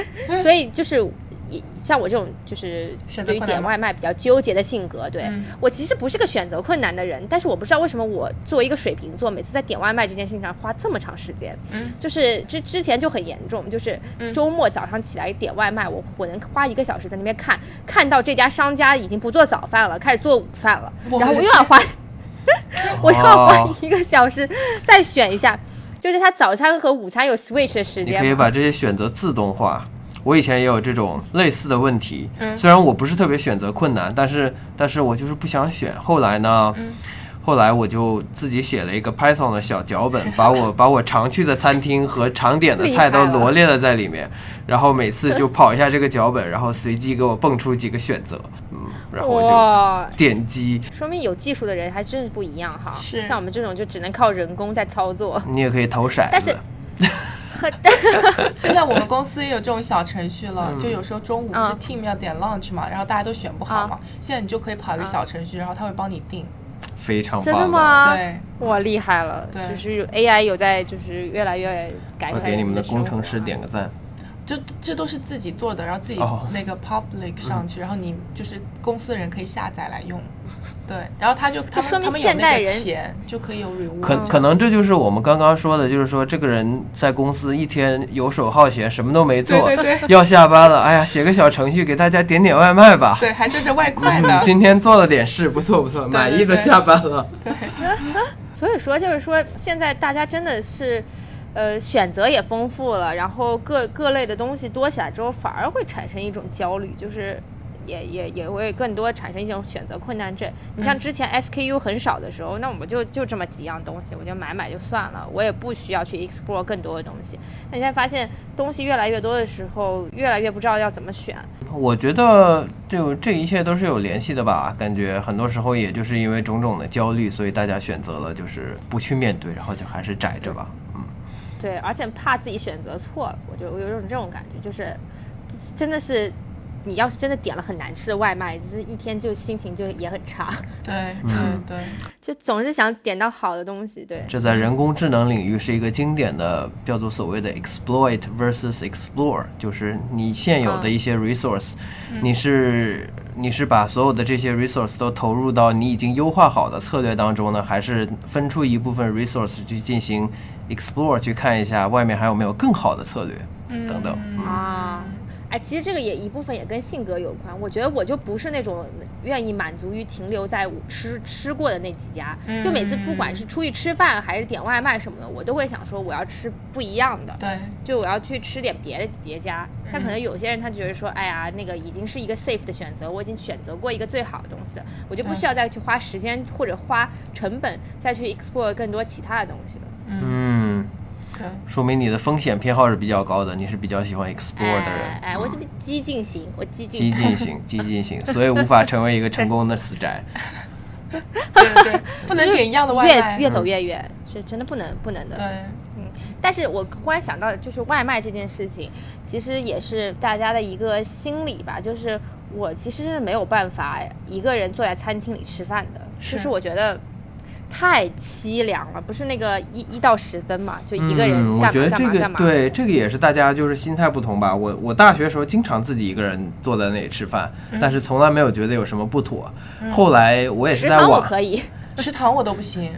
B: 所以就是。也像我这种就是
A: 选择
B: 对于
A: 困
B: 点
A: 难吗
B: 外卖比较纠结的性格，对、
A: 嗯
B: 我其实不是个选择困难的人，但是我不知道为什么我作为一个水瓶座，每次在点外卖这件事情上花这么长时间。
A: 嗯
B: 就是之之前就很严重，就是
A: 嗯
B: 周末早上起来点外卖，我我能花一个小时在那边看，看到这家商家已经不做早饭了，开始做午饭了，
A: 哇
B: 然后我又 要花，我又要花一个小时再选一下，就是他早餐和午餐有 switch 的时
C: 你可以
B: 间嘛。
C: 把这些选择自动化。我以前也有这种类似的问题，
A: 嗯
C: 虽然我不是特别选择困难，但是但是我就是不想选。后来呢，
A: 嗯
C: 后来我就自己写了一个 Python 的小脚本，把我把我常去的餐厅和常点的菜都
B: 厉害了
C: 罗列了在里面，然后每次就跑一下这个脚本，然后随机给我蹦出几个选择，嗯，然后我就
B: 哇，
C: 点击。
B: 说明有技术的人还真是不一样哈，
A: 是
B: 像我们这种就只能靠人工在操作。
C: 你也可以投骰
B: 但
C: 子
B: 是，
A: 现在我们公司也有这种小程序了，就有时候中午不是
B: 嗯啊
A: team 要点 lunch 嘛，然后大家都选不好嘛，现在你就可以跑一个小程序，然后他会帮你定。
C: 非常棒啊
B: 真的
C: 的？
B: 吗？
A: 对，
B: 哇，厉害了！
A: 对
B: 就是 AI 有在，就是越来越改
C: 我
B: 善
C: 给你们的
B: 的
C: 工程师
B: 生活啊
C: 点个赞。
A: 这这都是自己做的，然后自己
C: 哦
A: 那个 public 上去，然后你就是公司的人可以下载来用。对，然后他就他们
B: 说明
A: 他们有
B: 现
A: 那
B: 代
A: 个
B: 人
A: 钱就可以有 reward。
C: 可可能这就是我们刚刚说的，就是说这个人在公司一天游手好闲，什么都没做，
A: 对对对
C: 要下班了，哎呀，写个小程序给大家点点外卖吧。
A: 对，还挣着外快呢
C: 嗯，。今天做了点事，不错不错，满意的
A: 对
C: 下班了。
B: 所以说，就是说，现在大家真的是，呃，选择也丰富了，然后各各类的东西多起来之后，反而会产生一种焦虑，就是也也也会更多产生一种选择困难症。你像之前 SKU 很少的时候，那我就就这么几样东西，我就买买就算了，我也不需要去 explore 更多的东西。那现在发现东西越来越多的时候，越来越不知道要怎么选。
C: 我觉得就这一切都是有联系的吧，感觉很多时候也就是因为种种的焦虑，所以大家选择了就是不去面对，然后就还是宅着吧。
B: 对，而且怕自己选择错了，我就我有种这种感觉，就是真的是，你要是真的点了很难吃的外卖，就是一天就心情就也很差，
A: 对
C: 嗯
A: 对对，
B: 就总是想点到好的东西。对，
C: 这在人工智能领域是一个经典的叫做所谓的 exploit versus explore，就是你现有的一些 resource，、你是你是把所有的这些 resource 都投入到你已经优化好的策略当中呢，还是分出一部分 resource 去进行 explore 去看一下外面还有没有更好的策略等等？
B: 啊。哎，其实这个也一部分也跟性格有关。我觉得我就不是那种愿意满足于停留在我吃吃过的那几家，就每次不管是出去吃饭还是点外卖什么的，我都会想说我要吃不一样的。
A: 对，
B: 就我要去吃点别的别家。
C: 嗯
B: 但可能有些人他觉得说，哎呀，那个已经是一个 safe 的选择，我已经选择过一个最好的东西了，我就不
A: 对
B: 需要再去花时间或者花成本再去 explore 更多其他的东西了。
C: 嗯，
A: 对，
C: 说明你的风险偏好是比较高的，你是比较喜欢 explore 的人
B: 哎，哎，我是不是激进型？我激进
C: 激
B: 型。
C: 进型，激进型，所以无法成为一个成功的死宅。
A: 对对，不能点一样的外卖。
B: 越越
C: 嗯
B: 走越远，是真的不能不能的。
A: 对，
B: 但是我忽然想到，就是外卖这件事情，其实也是大家的一个心理吧。就是我其实是没有办法一个人坐在餐厅里吃饭的，
A: 是
B: 就是我觉得太凄凉了。不是那个一一到十分嘛，就一个人
C: 嗯、我
B: 干
C: 觉
B: 嘛
C: 得
B: 干
C: 这
B: 嘛
C: 个
B: 干嘛。
C: 对这个也是大家就是心态不同吧。我我大学时候经常自己一个人坐在那里吃饭，
B: 嗯
C: 但是从来没有觉得有什么不妥。后来我也是
B: 食
C: 在
B: 堂我
C: 网
B: 可以，
A: 食堂我都不行。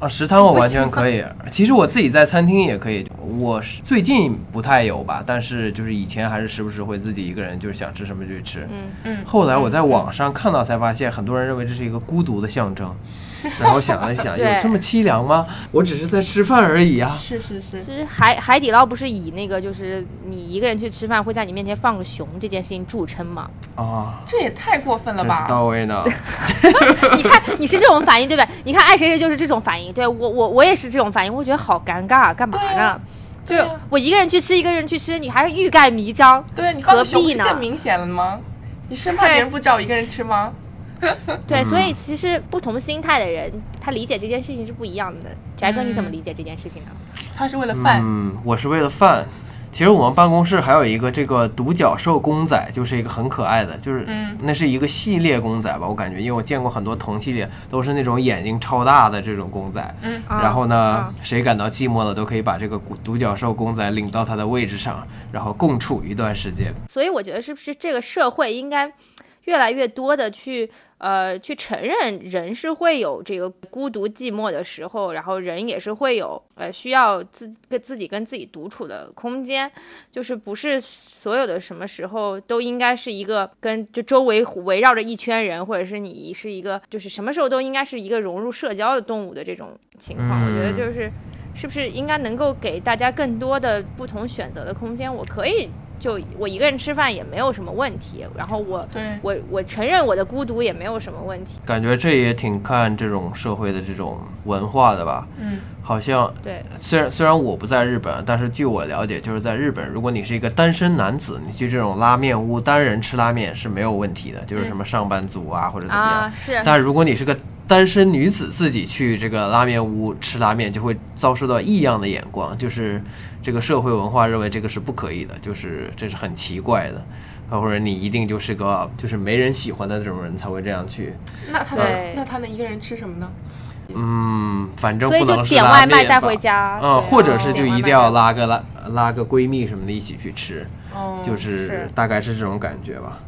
C: 啊，食堂我完全可以。其实我自己在餐厅也可以，我是最近不太有吧，但是就是以前还是时不时会自己一个人，就是想吃什么就去吃。
B: 嗯
A: 嗯
C: 后来我在网上看到才发现，很多人认为这是一个孤独的象征， 然后想了一想，有
B: 对
C: 这么凄凉吗？我只是在吃饭而已啊。
A: 是是是，
B: 就是海海底捞不是以那个就是你一个人去吃饭会在你面前放个熊这件事情著称嘛？
C: 啊，
A: 这也太过分了
C: 真是
A: 吧？
C: 到 位呢。
B: 你看你是这种反应对吧？你看爱谁谁就是这种反应，对我我我也是这种反应，我觉得好尴尬，干嘛呢？啊就是我一个人去吃，一个人去吃，你还欲盖弥彰，
A: 对你放
B: 何
A: 个熊不
B: 必
A: 是
B: 呢？
A: 更明显了吗？你生怕别人不找一个人吃吗？
B: 对，所以其实不同心态的人，他理解这件事情是不一样的。翟哥，你怎么理解这件事情呢？
A: 他是为了饭，
C: 嗯，我是为了饭。其实我们办公室还有一个这个独角兽公仔，就是一个很可爱的，就是
A: 嗯
C: 那是一个系列公仔吧，我感觉，因为我见过很多同系列都是那种眼睛超大的这种公仔。
A: 嗯
B: 啊
C: 然后呢
B: 啊，
C: 谁感到寂寞了，都可以把这个古独角兽公仔领到他的位置上，然后共处一段时间。
B: 所以我觉得是不是这个社会应该越来越多的去呃去承认人是会有这个孤独寂寞的时候，然后人也是会有呃需要自跟自己跟自己独处的空间，就是不是所有的什么时候都应该是一个跟就周围围绕着一圈人，或者是你是一个就是什么时候都应该是一个融入社交的动物的这种情况，
C: 嗯
B: 我觉得就是。是不是应该能够给大家更多的不同选择的空间？我可以就我一个人吃饭也没有什么问题，然后我
A: 对
B: 我我承认我的孤独也没有什么问题。
C: 感觉这也挺看这种社会的这种文化的吧。
A: 嗯，
C: 好像
B: 对，
C: 虽然虽然我不在日本，但是据我了解，就是在日本，如果你是一个单身男子，你去这种拉面屋单人吃拉面是没有问题的，就是什么上班族啊或者怎么
B: 嗯
C: 样。
B: 啊，是
C: 但如果你是个单身女子自己去这个拉面屋吃拉面，就会遭受到异样的眼光，就是这个社会文化认为这个是不可以的，就是这是很奇怪的，啊或者你一定就是个就是没人喜欢的这种人才会这样去。
A: 那他
B: 对
A: 能那他能一个人吃什么呢？
C: 嗯，反正
B: 所以
C: 不
B: 就
C: 能是
B: 点
C: 拉
B: 外卖
C: 面
B: 带
C: 吧
B: 回家啊对
C: 嗯，或者是
B: 点
C: 就
B: 外
C: 一
B: 卖
C: 定要
B: 带
C: 拉个拉拉个闺蜜什么的一起去吃，
A: 哦，
C: 就
B: 嗯
C: 是
B: 是
C: 大概是这种感觉吧。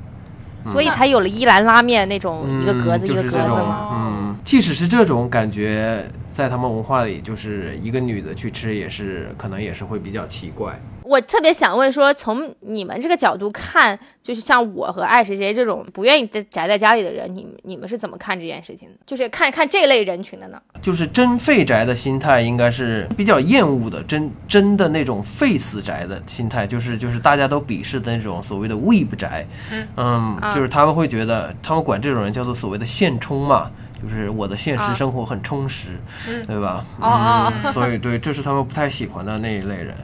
B: 所以才有了伊兰拉面那种一个格子、
C: 嗯、就
B: 一个
C: 是
B: 格
C: 这
B: 子
C: 种
B: 嘛。
C: 嗯，即使是这种感觉，在他们文化里，就是一个女的去吃也是可能也是会比较奇怪。
B: 我特别想问说，从你们这个角度看，就是像我和爱谁谁这种不愿意在宅在家里的人，你们你们是怎么看这件事情的？就是看看这类人群的呢？
C: 就是真废宅的心态，应该是比较厌恶的，真真的那种废死宅的心态，就是就是大家都鄙视的那种所谓的 weeb 宅，嗯，
B: 啊
C: 就是他们会觉得他们管这种人叫做所谓的现充嘛，就是我的现实
B: 啊
C: 生活很充实，对吧？
B: 哦哦嗯
C: 嗯，所以对，这是他们不太喜欢的那一类人。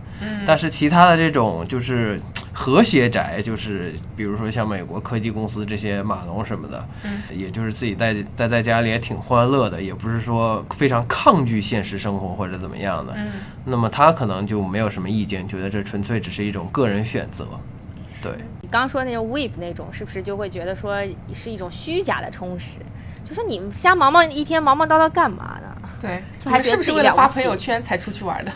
C: 但是其他的这种就是和谐宅，就是比如说像美国科技公司这些码农什么的，也就是自己待待在家里也挺欢乐的，也不是说非常抗拒现实生活或者怎么样的。
B: 嗯
C: 那么他可能就没有什么意见，觉得这纯粹只是一种个人选择。对，
B: 你刚说那种 weep 那种，是不是就会觉得说是一种虚假的充实？就说你们瞎忙忙一天忙忙叨叨干嘛呢？
C: 嗯
A: 对，
B: 就
A: 你
B: 还
A: 们是
B: 觉得
A: 不
B: 自
A: 是
B: 己
A: 为了
B: 了
A: 发
B: 不
A: 朋
B: 起
A: 友圈才出去玩的？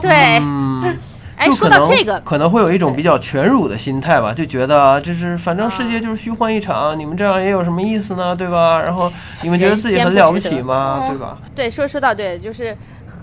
B: 对，
C: 嗯，
B: 哎，
C: 就
B: 说
C: 可
B: 到
C: 能
B: 这个，
C: 可能会有一种比较全辱的心态吧，就觉得啊这是反正世界就是虚幻一场，你们这样也有什么意思呢？对吧？然后你们觉得自己很了不起吗？
A: 人间不值
B: 嗯
A: 得
C: 对吧？
B: 对，说说到对，就是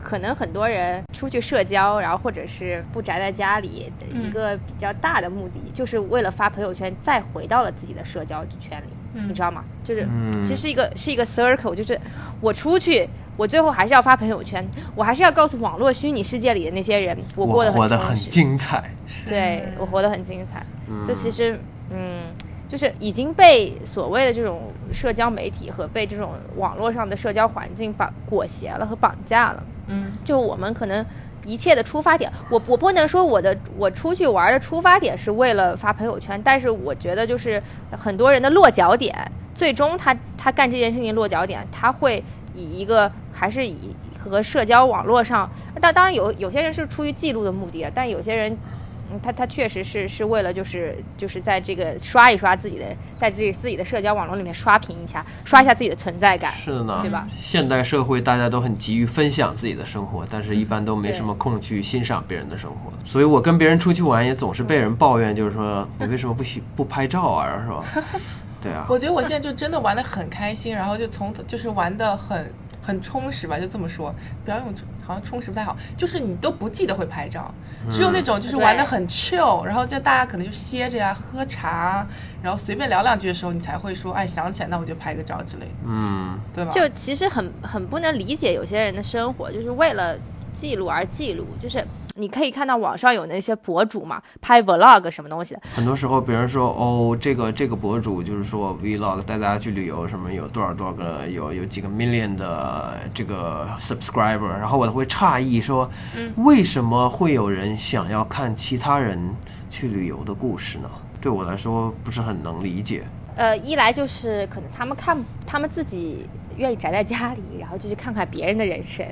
B: 可能很多人出去社交，然后或者是不宅在家里的一个比较大的目的，就是为了发朋友圈，再回到了自己的社交圈里，
A: 嗯
B: 你知道吗？就是、
C: 嗯
B: 其实是一个是一个 circle，就是我出去。我最后还是要发朋友圈，我还是要告诉网络虚拟世界里的那些人，我过得
C: 活得
B: 充
C: 很
B: 实
C: 精彩。
B: 对我活得很精彩。
C: 嗯
B: 就其实，嗯，就是已经被所谓的这种社交媒体和被这种网络上的社交环境绑裹挟了和绑架了。
A: 嗯，
B: 就我们可能一切的出发点，我我不能说我的我出去玩的出发点是为了发朋友圈，但是我觉得就是很多人的落脚点，最终他他干这件事情落脚点，他会以一个还是以和社交网络上，但当然有有些人是出于记录的目的，啊但有些人。嗯，他他确实是是为了就是就是在这个刷一刷自己的，在自己自己的社交网络里面刷屏一下，刷一下自己的存在感。
C: 是的呢，
B: 对吧？
C: 现代社会大家都很急于分享自己的生活，但是一般都没
B: 对
C: 什么空去欣赏别人的生活。所以我跟别人出去玩，也总是被人抱怨，就是说你为什么不喜不拍照啊，是吧？对啊，
A: 我觉得我现在就真的玩的很开心，然后就从就是玩的很很充实吧，就这么说，不要用好像充实不太好，就是你都不记得会拍照，
C: 嗯
A: 只有那种就是玩的很 chill，然后就大家可能就歇着呀、喝茶啊，然后随便聊两句的时候，你才会说，哎，想起来那我就拍个照之类的，
C: 嗯，
A: 对吧？
B: 就其实很很不能理解有些人的生活，就是为了记录而记录，就是你可以看到网上有那些博主嘛，拍 vlog 什么东西的，
C: 很多时候别人说哦，这个这个博主就是说 vlog 带大家去旅游什么，有多少多少个有有几个 million 的这个 subscriber，然后我会诧异说，为什么会有人想要看其他人去旅游的故事呢？对我来说不是很能理解。
B: 呃，一来就是可能他们看他们自己愿意宅在家里，然后就去看看别人的人生，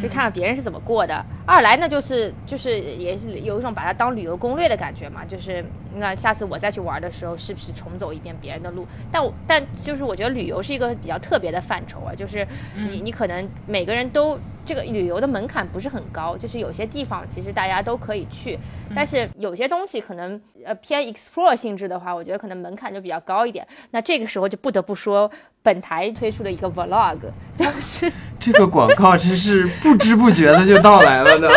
B: 就看看别人是怎么过的；二来呢，就是就是也是有一种把它当旅游攻略的感觉嘛，就是那下次我再去玩的时候，是不是重走一遍别人的路？但我但就是我觉得旅游是一个比较特别的范畴啊，就是你你可能每个人都这个旅游的门槛不是很高，就是有些地方其实大家都可以去，但是有些东西可能呃偏 explore 性质的话，我觉得可能门槛就比较高一点。那这个时候就不得不说本台推出了一个 vlog，就是
C: 这个广告真是不知不觉的就到来 了呢。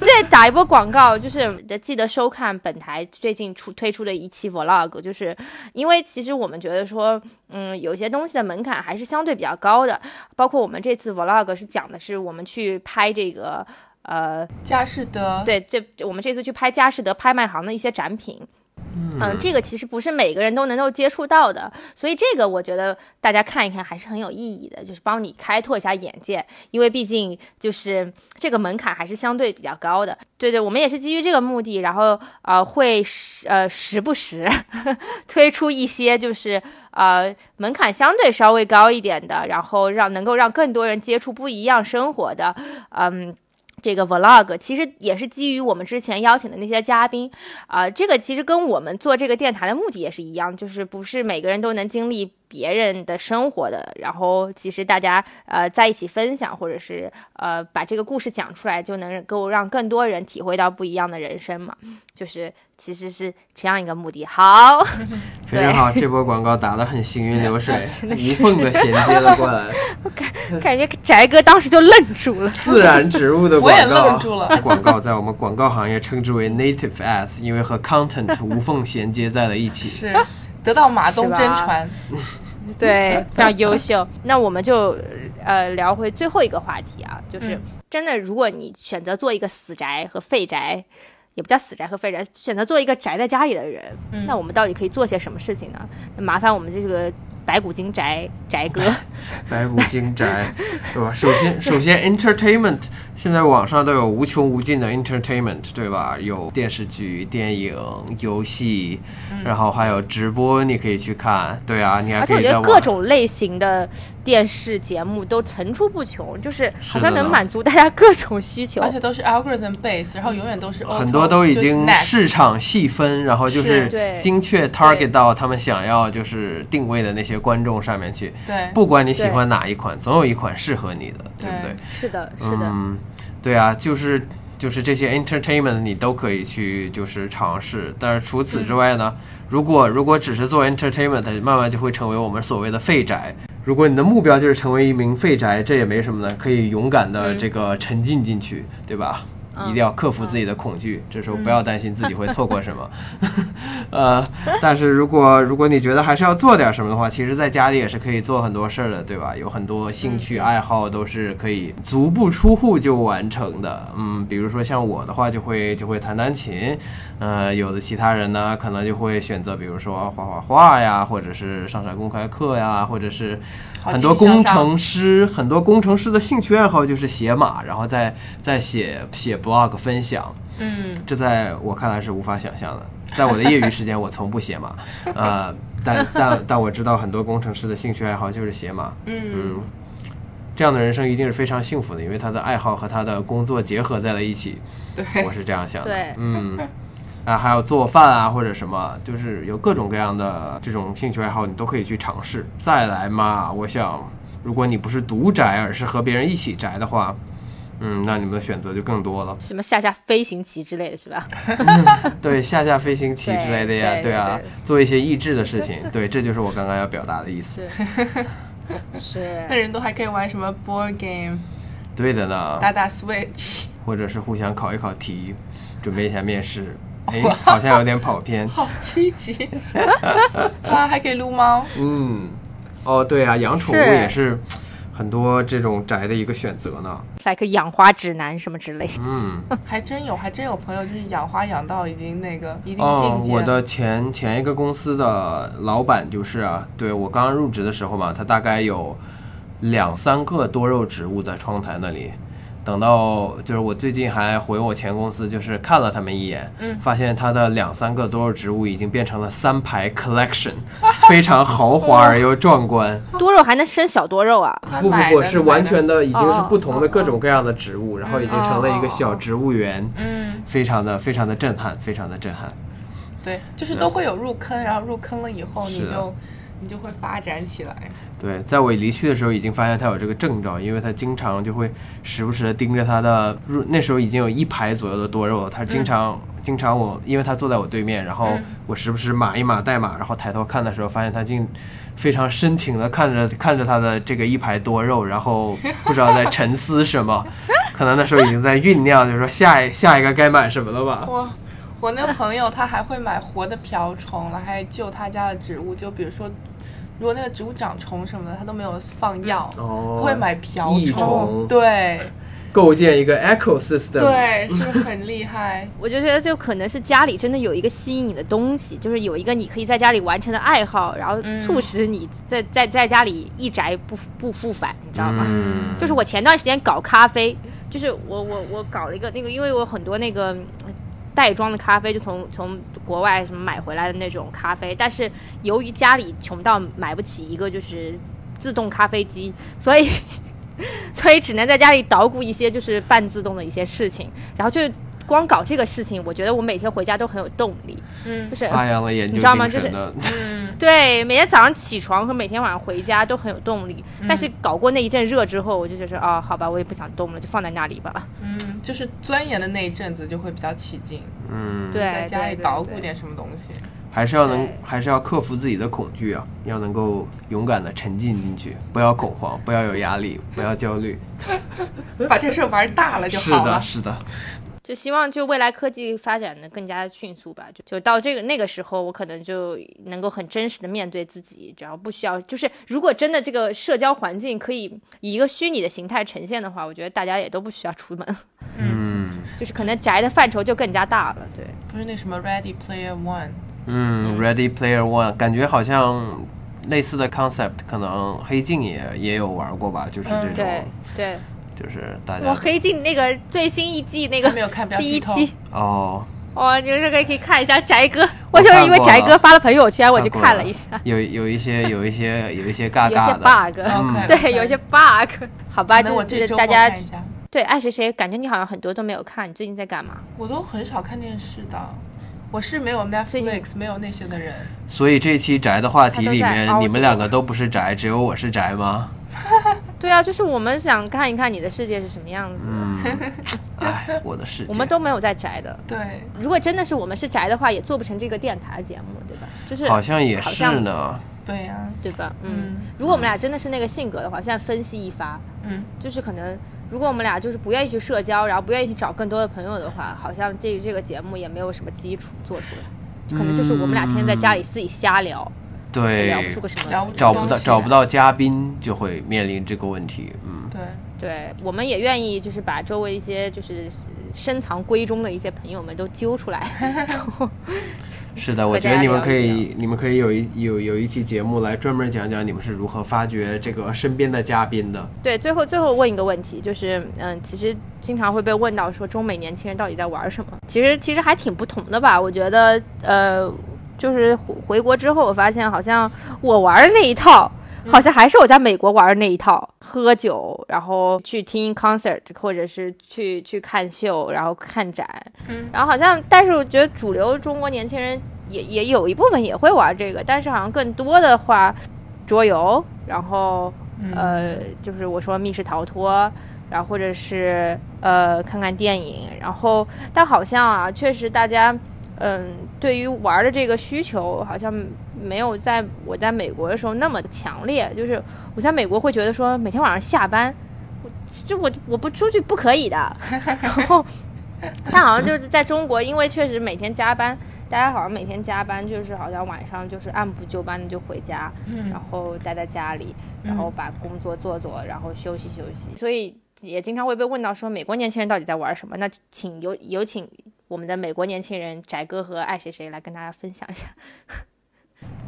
B: 这打一波广告，就是记得收看本台最近出推出的一期 vlog，就是因为其实我们觉得说，嗯，有些东西的门槛还是相对比较高的，包括我们这次 vlog 是讲的是我们去拍这个呃，
A: 佳士得，
B: 对，这我们这次去拍佳士得拍卖行的一些展品，嗯，这个其实不是每个人都能够接触到的，所以这个我觉得大家看一看还是很有意义的，就是帮你开拓一下眼界，因为毕竟就是这个门槛还是相对比较高的。对对，我们也是基于这个目的，然后呃会时呃时不时 推出一些就是呃门槛相对稍微高一点的，然后让能够让更多人接触不一样生活的，嗯。这个 vlog 其实也是基于我们之前邀请的那些嘉宾，啊、这个其实跟我们做这个电台的目的也是一样，就是不是每个人都能经历别人的生活的。然后，其实大家呃在一起分享，或者是呃把这个故事讲出来，就能够让更多人体会到不一样的人生嘛。就是其实是这样一个目的。好，
C: 非常好，这波广告打得很行云流 水，无缝的衔接了过来，
B: 感觉翟哥当时就愣住了。
C: 自然植入的
A: 我
C: 广
A: 也
C: 告。
A: 愣住了
C: 广告在我们广告行业称之为 native ads，因为和 content 无缝衔接在了 一起。
A: 是得到马东
B: 啊是吧
A: 真传，
B: 对，非常优 秀。那我们就呃聊回最后一个话题啊，就是、
A: 嗯
B: 真的，如果你选择做一个死宅和废宅，也不叫死宅和废宅，选择做一个宅在家里的人，
A: 嗯
B: 那我们到底可以做些什么事情呢？那麻烦我们这个白骨精宅宅 哥，
C: 白骨精宅，对吧？首先，首先 entertainment，现在网上都有无穷无尽的 entertainment，对吧？有电视剧、电影、游戏，然后还有直播，你可以去看。对啊，你还
B: 嗯而且
C: 可
B: 我
C: 以
B: 觉
C: 在
B: 得
C: 网
B: 各种类型的电视节目都层出不穷，就是好
C: 是
B: 像
C: 的
B: 能
C: 呢
B: 满足大家各种需求
A: 而。且都是 algorithm base，然后永远都是 auto，
C: 很多都已经
A: 就是 next
C: 市场细分，然后就是是
B: 对
C: 精确
B: 对
C: target 到他们想要就是定位的那些观众上面去。
A: 对，
C: 不管你喜欢哪一款，总有一款适合你的，对不
A: 对
C: 对？
B: 是的，是的，
C: 嗯，对啊，就是就是这些 entertainment 你都可以去就是尝试，但是除此之外呢，如果如果只是做 entertainment，慢慢就会成为我们所谓的废宅。如果你的目标就是成为一名废宅，这也没什么的，可以勇敢的这个沉浸进去，对吧？一定要克服自己的恐惧，这时候不要担心自己会错过什么。呃，但是如果如果你觉得还是要做点什么的话，其实在家里也是可以做很多事儿的，对吧？有很多兴趣爱好都是可以足不出户就完成的。嗯，比如说像我的话，就会就会弹弹琴，呃，有的其他人呢，可能就会选择，比如说画画画呀，或者是上上公开课呀，或者是
A: 好
C: 很多
A: 积极向
C: 工
A: 上
C: 程师，很多工程师的兴趣爱好就是写码，然后再再写写 blog 分享。
A: 嗯，
C: 这在我看来是无法想象的。在我的业余时间，我从不写码，呃，但但但我知道很多工程师的兴趣爱好就是写码，嗯，这样的人生一定是非常幸福的，因为他的爱好和他的工作结合在了一起。
A: 对
C: 我是这样想的。
B: 对
C: 嗯，啊，还有做饭啊或者什么，就是有各种各样的这种兴趣爱好，你都可以去尝试。再来嘛，我想，如果你不是独宅，而是和别人一起宅的话，嗯，那你们的选择就更多了。
B: 什么下下飞行棋之类的是吧？
C: 对，下下飞行棋之类的呀，
B: 对对
C: 对啊
B: 对，
C: 做一些益智的 事情，对，这就是我刚刚要表达的意思。
B: 是 是
A: 那，人都还可以玩什么 board game，
C: 对的呢，
A: 打打 switch，
C: 或者是互相考一考题，准备一下面试。哎，好像有点跑偏。
A: 好积 极，啊，还可以撸猫，
C: 嗯，哦，对啊，养宠物
B: 是
C: 也是很多这种宅的一个选择呢。
B: ，like 养花指南什么之类的。
C: 嗯，
A: 还真有，还真有朋友就是养花养到已经那个一定
C: 哦
A: 境，界。
C: 我的前前一个公司的老板就是啊，对我刚入职的时候嘛，他大概有两三个多肉植物在窗台那里。等到就是我最近还回我前公司，就是看了他们一眼，
A: 嗯
C: 发现他的两三个多肉植物已经变成了三排 collection，非常豪华而又壮观。
B: 多肉还能生小多肉啊！
A: 他
C: 不不
A: 买
C: 不，
A: 的
C: 是完。
A: 买
C: 全
A: 的
C: 的，已经是
B: 哦
C: 不同的各种各样的植物，然后已经成了一个小植物园，
A: 哦嗯，
C: 非常的非常的震撼，非常的震撼。
A: 对，就是都会有入坑，然后入坑了以后，
C: 是
A: 你
C: 的
A: 就你就会发展起来。
C: 对，在我离去的时候已经发现他有这个症状，因为他经常就会时不时的盯着他的入，那时候已经有一排左右的多肉了，他经常、经常我因为他坐在我对面，然后
A: 嗯
C: 我时不时码一码代码，然后抬头看的时候，发现他竟非常深情的看着看着他的这个一排多肉，然后不知道在沉思 什么，可能那时候已经在酝酿，就是说下一下一个该买什么了吧。
A: 我我那个朋友他还会买活的瓢虫了，还救他家的植物，就比如说。如果那个植物长虫什么的，他都没有放药，
C: 哦
A: 会买瓢
C: 益虫
A: 对
C: 构建一个 ecosystem。
A: 对，是不是很厉 害？
B: 我就觉得，就可能是家里真的有一个吸引你的东西，就是有一个你可以在家里完成的爱好，然后
A: 嗯
B: 促使你在在在家里一宅不不复返，你知道吗？
C: 嗯，
B: 就是我前段时间搞咖啡，就是我我我搞了一个那个，因为我很多那个嗯袋装的咖啡，就从从国外什么买回来的那种咖啡，但是由于家里穷到买不起一个就是自动咖啡机，所以 所以只能在家里捣鼓一些就是半自动的一些事情，然后就光搞这个事情，我觉得我每天回家都很有动力，
A: 嗯
B: 就是
C: 发扬了研究
B: 你知道吗
C: 精神
B: 就
C: 的。
A: 嗯，
B: 对，每天早上起床和每天晚上回家都很有动力，
A: 嗯
B: 但是搞过那一阵热之后，我就觉得啊、好吧，我也不想动了，就放在那里吧。
A: 嗯，就是钻研的那一阵子就会比较起劲，
C: 嗯，
B: 对，
A: 在家里
B: 对
A: 捣鼓。
B: 对对
A: 点什么东西。
C: 还是要能
B: 对，
C: 还是要克服自己的恐惧啊，要能够勇敢的沉浸进去，不要恐慌，不要有压力，不要焦虑。
A: 把这事儿玩大了就是好
C: 的，
A: 了。
C: 是的，
B: 就希望就未来科技发展的更加迅速吧，就就到这个那个时候，我可能就能够很真实的面对自己，只要不需要，就是如果真的这个社交环境可以以一个虚拟的形态呈现的话，我觉得大家也都不需要出门，
C: 嗯
B: 就是可能宅的范畴就更加大了，对。
A: 不是那什么 Ready Player One，
C: 嗯，Ready Player One，感觉好像类似的 concept，可能黑镜也也有玩过吧，就是这
A: 嗯
C: 种
B: 对，对，
C: 就是大家
B: 我黑镜那个最新一季那个
A: 他没有看，不要
B: 第一
A: 剧透。
B: 期，
C: 哦，
B: 哦，你们这个可以看一下宅哥。
C: 我
B: 我就是因为
C: 看过
B: 宅
C: 了
B: 哥发了朋友圈，我去
C: 过
B: 看
C: 了
B: 了一下，
C: 有有一些有一些有一些尬
B: 有些
C: 尬的，
B: bug，
A: OK，
B: 对，有些 bug。好吧，
A: 可
B: 就
A: 能我
B: 是就
A: 这
B: 是
A: 周
B: 大
A: 末
B: 家
A: 看一下，
B: 对爱谁谁，感觉你好像很多都没有看，你最近在干嘛？
A: 我都很少看电视的，我是没有
B: 最近
A: Netflix 没有那些的人。
C: 所以这期宅的话题里
B: 他都在
C: 面，
B: 熬
C: 你们两个都不是宅，只有我是宅吗？
B: 对啊，就是我们想看一看你的世界是什么样子的。
C: 嗯，哎，我的世界，
B: 我们都没有在宅的。
A: 对，
B: 如果真的是我们是宅的话，也做不成这个电台节目，对吧？就是
C: 好像也
B: 好
C: 是
B: 像
C: 呢。
A: 对呀、
B: 对吧？嗯
A: 嗯，
B: 如果我们俩真的是那个性格的话，现在分析一发，
A: 嗯，
B: 就是可能，如果我们俩就是不愿意去社交，然后不愿意去找更多的朋友的话，好像这这个节目也没有什么基础做出
C: 嗯
B: 来，可能就是我们俩天天在家里自己瞎聊，
C: 对，
B: 聊不出个什
A: 聊
B: 么
A: 不。出
C: 嗯找不到
B: 啊
A: 东西
C: 找不到嘉宾，就会面临这个问题。嗯，
A: 对，
B: 对，我们也愿意就是把周围一些就是深藏闺中的一些朋友们都揪出来，
C: 是的，我
B: 和大
C: 觉得
B: 家
C: 你们
B: 聊
C: 可
B: 一
C: 以，你们可以有一有有一期节目来专门讲讲你们是如何发掘这个身边的嘉宾的。
B: 对，最后最后问一个问题，就是嗯，其实经常会被问到说中美年轻人到底在玩什么？其实其实还挺不同的吧，我觉得呃，就是回回国之后，我发现好像我玩的那一套。好像还是我在美国玩的那一套，喝酒，然后去听 concert，或者是去去看秀，然后看展，
A: 嗯
B: 然后好像，但是我觉得主流中国年轻人也也有一部分也会玩这个，但是好像更多的话，桌游，然后
A: 嗯
B: 呃，就是我说密室逃脱，然后或者是呃看看电影，然后但好像啊，确实大家嗯对于玩儿的这个需求好像没有在我在美国的时候那么强烈，就是我在美国会觉得说每天晚上下班，我就我我不出去 不可以的，然后但好像就是在中国，因为确实每天加班。大家好像每天加班，就是好像晚上就是按部就班的就回家，
A: 嗯
B: 然后待在家里，然后把工作做做，然后休息休息。所以也经常会被问到说美国年轻人到底在玩什么？那请有有请我们的美国年轻人翟哥和爱谁谁来跟大家分享一下。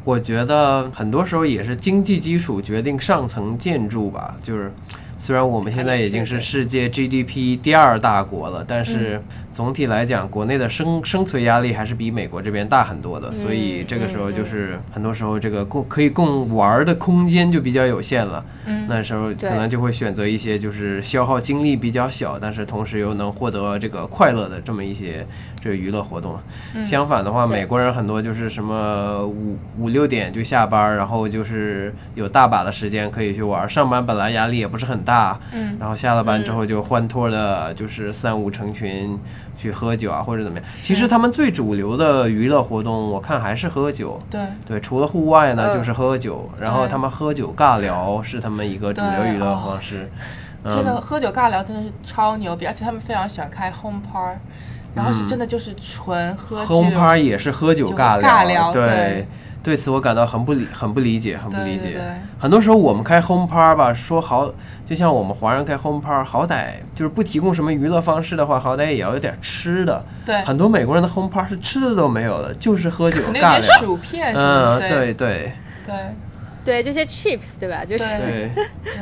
C: 我觉得很多时候也是经济基础决定上层建筑吧。就是虽然我们现在已经哎是嗯世界 GDP 第二大国了，但是总体来讲，国内的生生存压力还是比美国这边大很多的。所以这个时候就是很多时候这个供可以供玩的空间就比较有限了。
A: 嗯
C: 那时候可能就会选择一些就是消耗精力比较小，但是同时又能获得这个快乐的这么一些这个娱乐活动。相反的话，
B: 对
C: 嗯美国人很多就是什么五五六点就下班，然后就是有大把的时间可以去玩。上班本来压力也不是很大，
A: 嗯，
C: 然后下了班之后就欢脱的，就是三五成群去喝酒啊，或者怎么样。其实他们最主流的娱乐活动，我看还是喝酒。
A: 对，
C: 对，除了户外呢，
B: 嗯
C: 就是喝酒，然后
A: 对
C: 他们喝酒尬聊是他们一个主流
A: 对
C: 娱乐
A: 哦
C: 方式。
A: 真的
C: 嗯，
A: 喝酒尬聊真的是超牛逼，而且他们非常喜欢开 home par，然后是真的就是纯喝酒
C: home party 也是喝酒
A: 酒
C: 尬
A: 尬聊
C: 对
A: 对。
C: 对此我感到很不理、很不理解、很不
A: 对
C: 理
A: 对
C: 解。
A: 对
C: 很多时候我们开 home par 吧，说好就像我们华人开 home par，好歹就是不提供什么娱乐方式的话，好歹也要有点吃的。
A: 对，
C: 很多美国人的 home par 是吃的都没有的，就是喝酒
A: 可能
C: 尬
A: 有点
C: 聊。
A: 薯片什么
C: 嗯，
A: 的，
C: 对对
A: 对
B: 对，这些 chips 对吧？就是
A: 对
C: 对，
A: 对，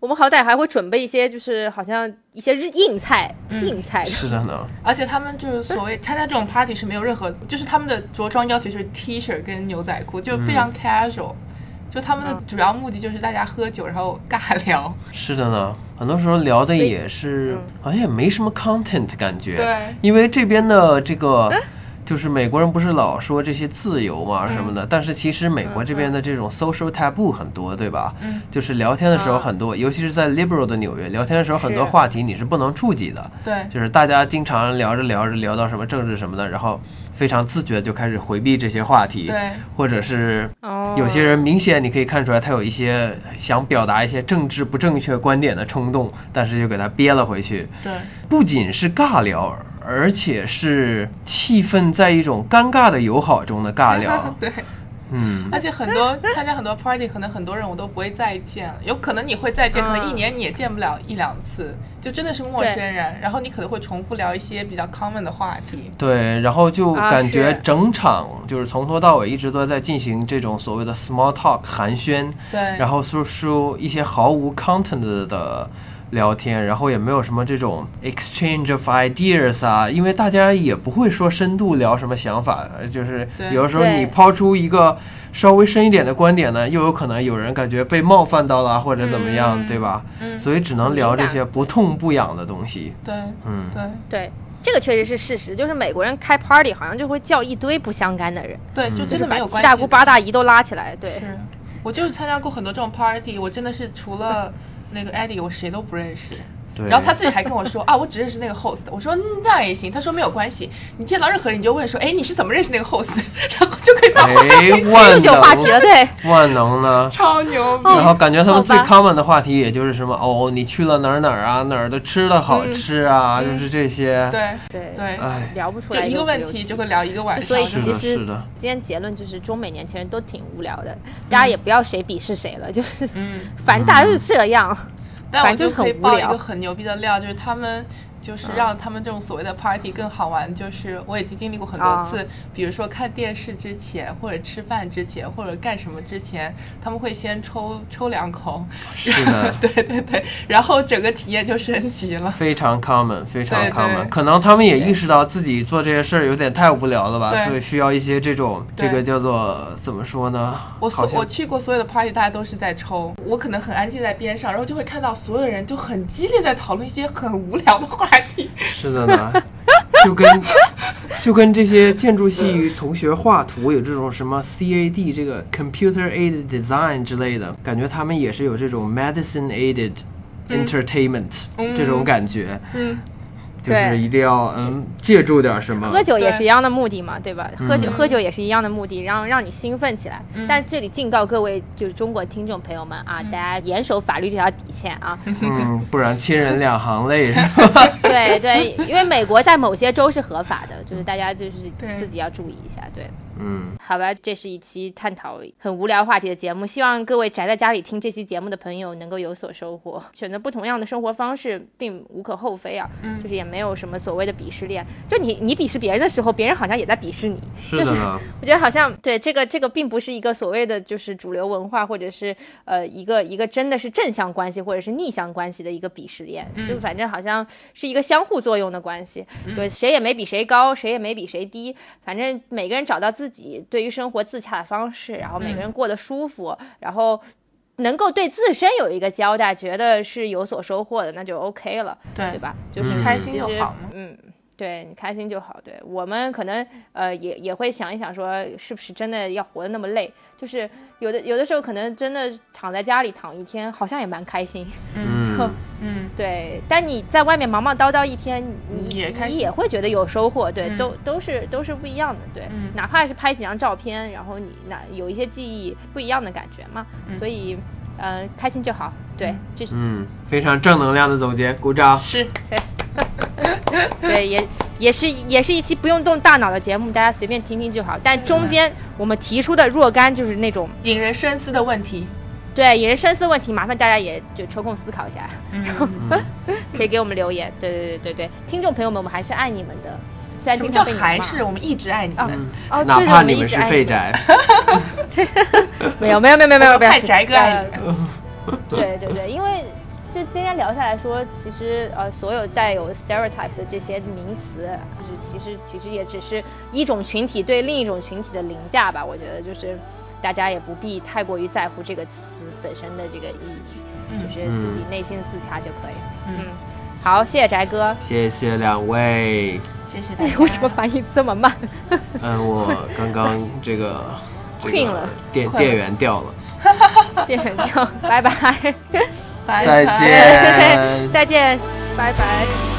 B: 我们好歹还会准备一些，就是好像一些日硬菜，
A: 嗯
B: 硬菜
C: 是的呢。
A: 而且他们就是所谓参加这种 party 是没有任何，就是他们的着装要求就是 T 恤跟牛仔裤，就
C: 嗯
A: 非常 casual，、就他们的
B: 嗯
A: 主要目的就是大家喝酒然后尬聊，
C: 是的呢，很多时候聊
B: 所
C: 的
B: 以
C: 也是
B: 嗯，
C: 好像也没什么 content 感觉。
A: 对，
C: 因为这边的这个，
B: 嗯
C: 就是美国人不是老说这些自由嘛什么的，但是其实美国
B: 嗯
C: 这边的这种 social taboo 很多，对吧？
A: 嗯，
C: 就是聊天的时候
B: 啊
C: 很多，尤其是在 liberal 的纽约，聊天的时候很多
B: 是
C: 话题你是不能触及的。
A: 对
C: 就是大家经常聊着聊着聊到什么政治什么的，然后非常自觉地就开始回避这些话题，
A: 对，
C: 或者是
B: 哦
C: 有些人明显你可以看出来，他有一些想表达一些政治不正确观点的冲动，但是又给他憋了回去。
A: 对，。
C: 不仅是尬聊，而且是气氛在一种尴尬的友好中的尬 聊
A: 对，
C: 嗯，
A: 而且很多参加很多 party，可能很多人我都不会再见了，有可能你会再见，
B: 嗯
A: 可能一年你也见不了一两次，就真的是陌生人，然后你可能会重复聊一些比较 common 的话题，
C: 对，然后就
B: 啊
C: 感觉
B: 是
C: 整场就是从头到尾一直都在进行这种所谓的 small talk 寒暄，
A: 对，
C: 然后说说一些毫无 content 的聊天，然后也没有什么这种 exchange of ideas 啊，因为大家也不会说深度聊什么想法，呃就是
A: 对
C: 有的时候
B: 对
C: 你抛出一个稍微深一点的观点呢，又有可能有人感觉被冒犯到了或者怎么样，
A: 嗯
C: 对吧？
A: 嗯，
C: 所以只能聊这些不痛不痒的东西。
A: 对
C: 嗯，
A: 对
B: 对，这个确实是事实，就是美国人开 party 好像就会叫一堆不相干的人，
A: 对，就
B: 嗯就
A: 真
B: 是
A: 的没
B: 把
A: 有
B: 七
A: 关系的。
B: 大姑八大姨都拉起来，对，
A: 是，我就是参加过很多这种 party，我真的是除 了那个 Eddie，我谁都不认识。
C: 对。
A: 然后他自己还跟我 说啊，我只认识那个 host。我说、嗯、那也行，他说没有关系，你见到任何人你就问说，哎，你是怎么认识那个 host？的 然后就可以把
C: 哎
A: 话题
B: 这个
C: 万
B: 就有话题了，
C: 能
B: 对，
C: 万能呢？
A: 超牛逼。
B: 哦
C: 然后感觉他们最
B: 好吧
C: common 的话题也就是什么哦，你去了哪儿哪儿啊，哪儿的吃的好吃啊，就是这些。，
A: 嗯对
B: 对，
A: 对，
C: 哎，
B: 聊不出
A: 就
B: 来
A: 一个
B: 个
A: 问题就会聊一个晚上。
B: 所以
C: 是
B: 其
C: 的
B: 实
C: 是的
B: 今天结论就是，中美年轻人都挺无聊的，大家也不要谁鄙视谁了，就是
A: 嗯，
B: 反正大家就是这样。
A: 但我
B: 反正
A: 就
B: 就是
A: 可以
B: 很无
A: 爆一
B: 聊嗯
A: 个很牛逼的料，就是他们。就是让他们这种所谓的 party 更好玩，就是我已经经历过很多
B: 啊
A: 次，比如说看电视之前，或者吃饭之前，或者干什么之前，他们会先抽抽两口，
C: 是的
A: ，对对对，然后整个体验就升级了。
C: 非常 common，非常
A: 对对
C: common。可能他们也意识到自己做这些事儿有点太无聊了吧，
A: 对
C: 所以需要一些这种
A: 对
C: 这个叫做怎么说呢？
A: 我
C: 好
A: 所我
C: 像
A: 去过所有的 party，大家都是在抽，我可能很安静在边上，然后就会看到所有人就很激烈在讨论一些很无聊的话题。
C: 是的呢， 就跟就跟这些建筑系同学画图有这种什么 CAD 这个 computer aided design 之类的，感觉他们也是有这种 medicine aided entertainment、这种感觉。
A: 嗯，
C: 就是
B: 对
C: 一定要嗯借助点什么。
B: 喝酒也
A: 对
B: 是一样的目的嘛，对吧？喝酒
A: 嗯
B: 喝酒也是一样的目的，让让你兴奋起来。
A: 嗯
B: 但这里警告各位就是中国听众朋友们啊，大家严守法律这条底线啊。
C: 嗯，不然亲人两行泪是吧？
B: 对对，因为美国在某些州是合法的，就是大家就是
A: 嗯对
B: 自己要注意一下。对，
C: 嗯，
B: 好吧，这是一期探讨很无聊话题的节目，希望各位宅在家里听这期节目的朋友能够有所收获。选择不同样的生活方式并无可厚非啊，
A: 嗯
B: 就是也没有什么所谓的鄙视链。就你你鄙视别人的时候，别人好像也在鄙视你。
C: 是的呢，
B: 我觉得好像对这个这个并不是一个所谓的就是主流文化，或者是呃一个一个真的是正向关系或者是逆向关系的一个鄙视链，就反正好像是一个相互作用的关系，就谁也没比谁高，谁也没比谁低，反正每个人找到自己对于生活自洽的方式，然后每个人过得舒服，然后。能够对自身有一个交代，觉得是有所收获的，那就 OK 了，
A: 对
B: 对吧？就是
C: 嗯
A: 开心就
B: 其实
A: 好嘛
B: 嗯，对你开心就好。对我们可能呃也也会想一想，说是不是真的要活得那么累？就是有的有的时候可能真的躺在家里躺一天，好像也蛮开心。
C: 嗯，
A: 嗯，
B: 对，但你在外面忙忙叨叨一天，你
A: 也开
B: 你
A: 心
B: 也会觉得有收获。对，
A: 嗯
B: 都都是都是不一样的。对，
A: 嗯
B: 哪怕是拍几张照片，然后你那有一些记忆不一样的感觉嘛。
A: 嗯
B: 所以呃，开心就好。对，这是
C: 嗯，非常正能量的总结，鼓掌。
A: 是
B: 对，也也是也是一期不用动大脑的节目，大家随便听听就好。但中间我们提出的若干就是那种
A: 引人深思的问题。
B: 对引人深思问题，麻烦大家也就抽空思考一下，
A: 嗯，
B: 可以给我们留言。对对对对对，听众朋友们，我们还是爱你们的，虽然
A: 什么
B: 经
A: 叫
B: 哎常被你们
A: 还
B: 骂
A: 是？我们一直爱你
B: 啊
A: 们，
B: 哦，
C: 哪
B: 对
C: 怕
B: 对
C: 你
B: 我
C: 们
B: 一直
C: 是
B: 爱
C: 废
B: 你们
C: 宅，
B: 没有没有没有没有没有，不要
A: 派宅哥爱
B: 呃 对对对，因为就今天聊下来说，其实呃，所有带有 stereotype 的这些名词，就是其实其实也只是一种群体对另一种群体的凌驾吧。我觉得就是大家也不必太过于在乎这个词本身的这个意义，
A: 嗯
B: 就是自己内心自洽就可以。嗯，好，谢谢宅哥。
C: 谢谢两位。
A: 谢谢大
B: 哎
A: 家。
B: 为什么反应这么慢？
C: 嗯，我刚刚这个这
B: 困
C: 个
B: 了
C: 电
A: 困了
C: 电源掉了，
B: 电很跳，拜拜，
A: 拜
C: 再
A: 拜
C: 见。
B: 再见，拜拜。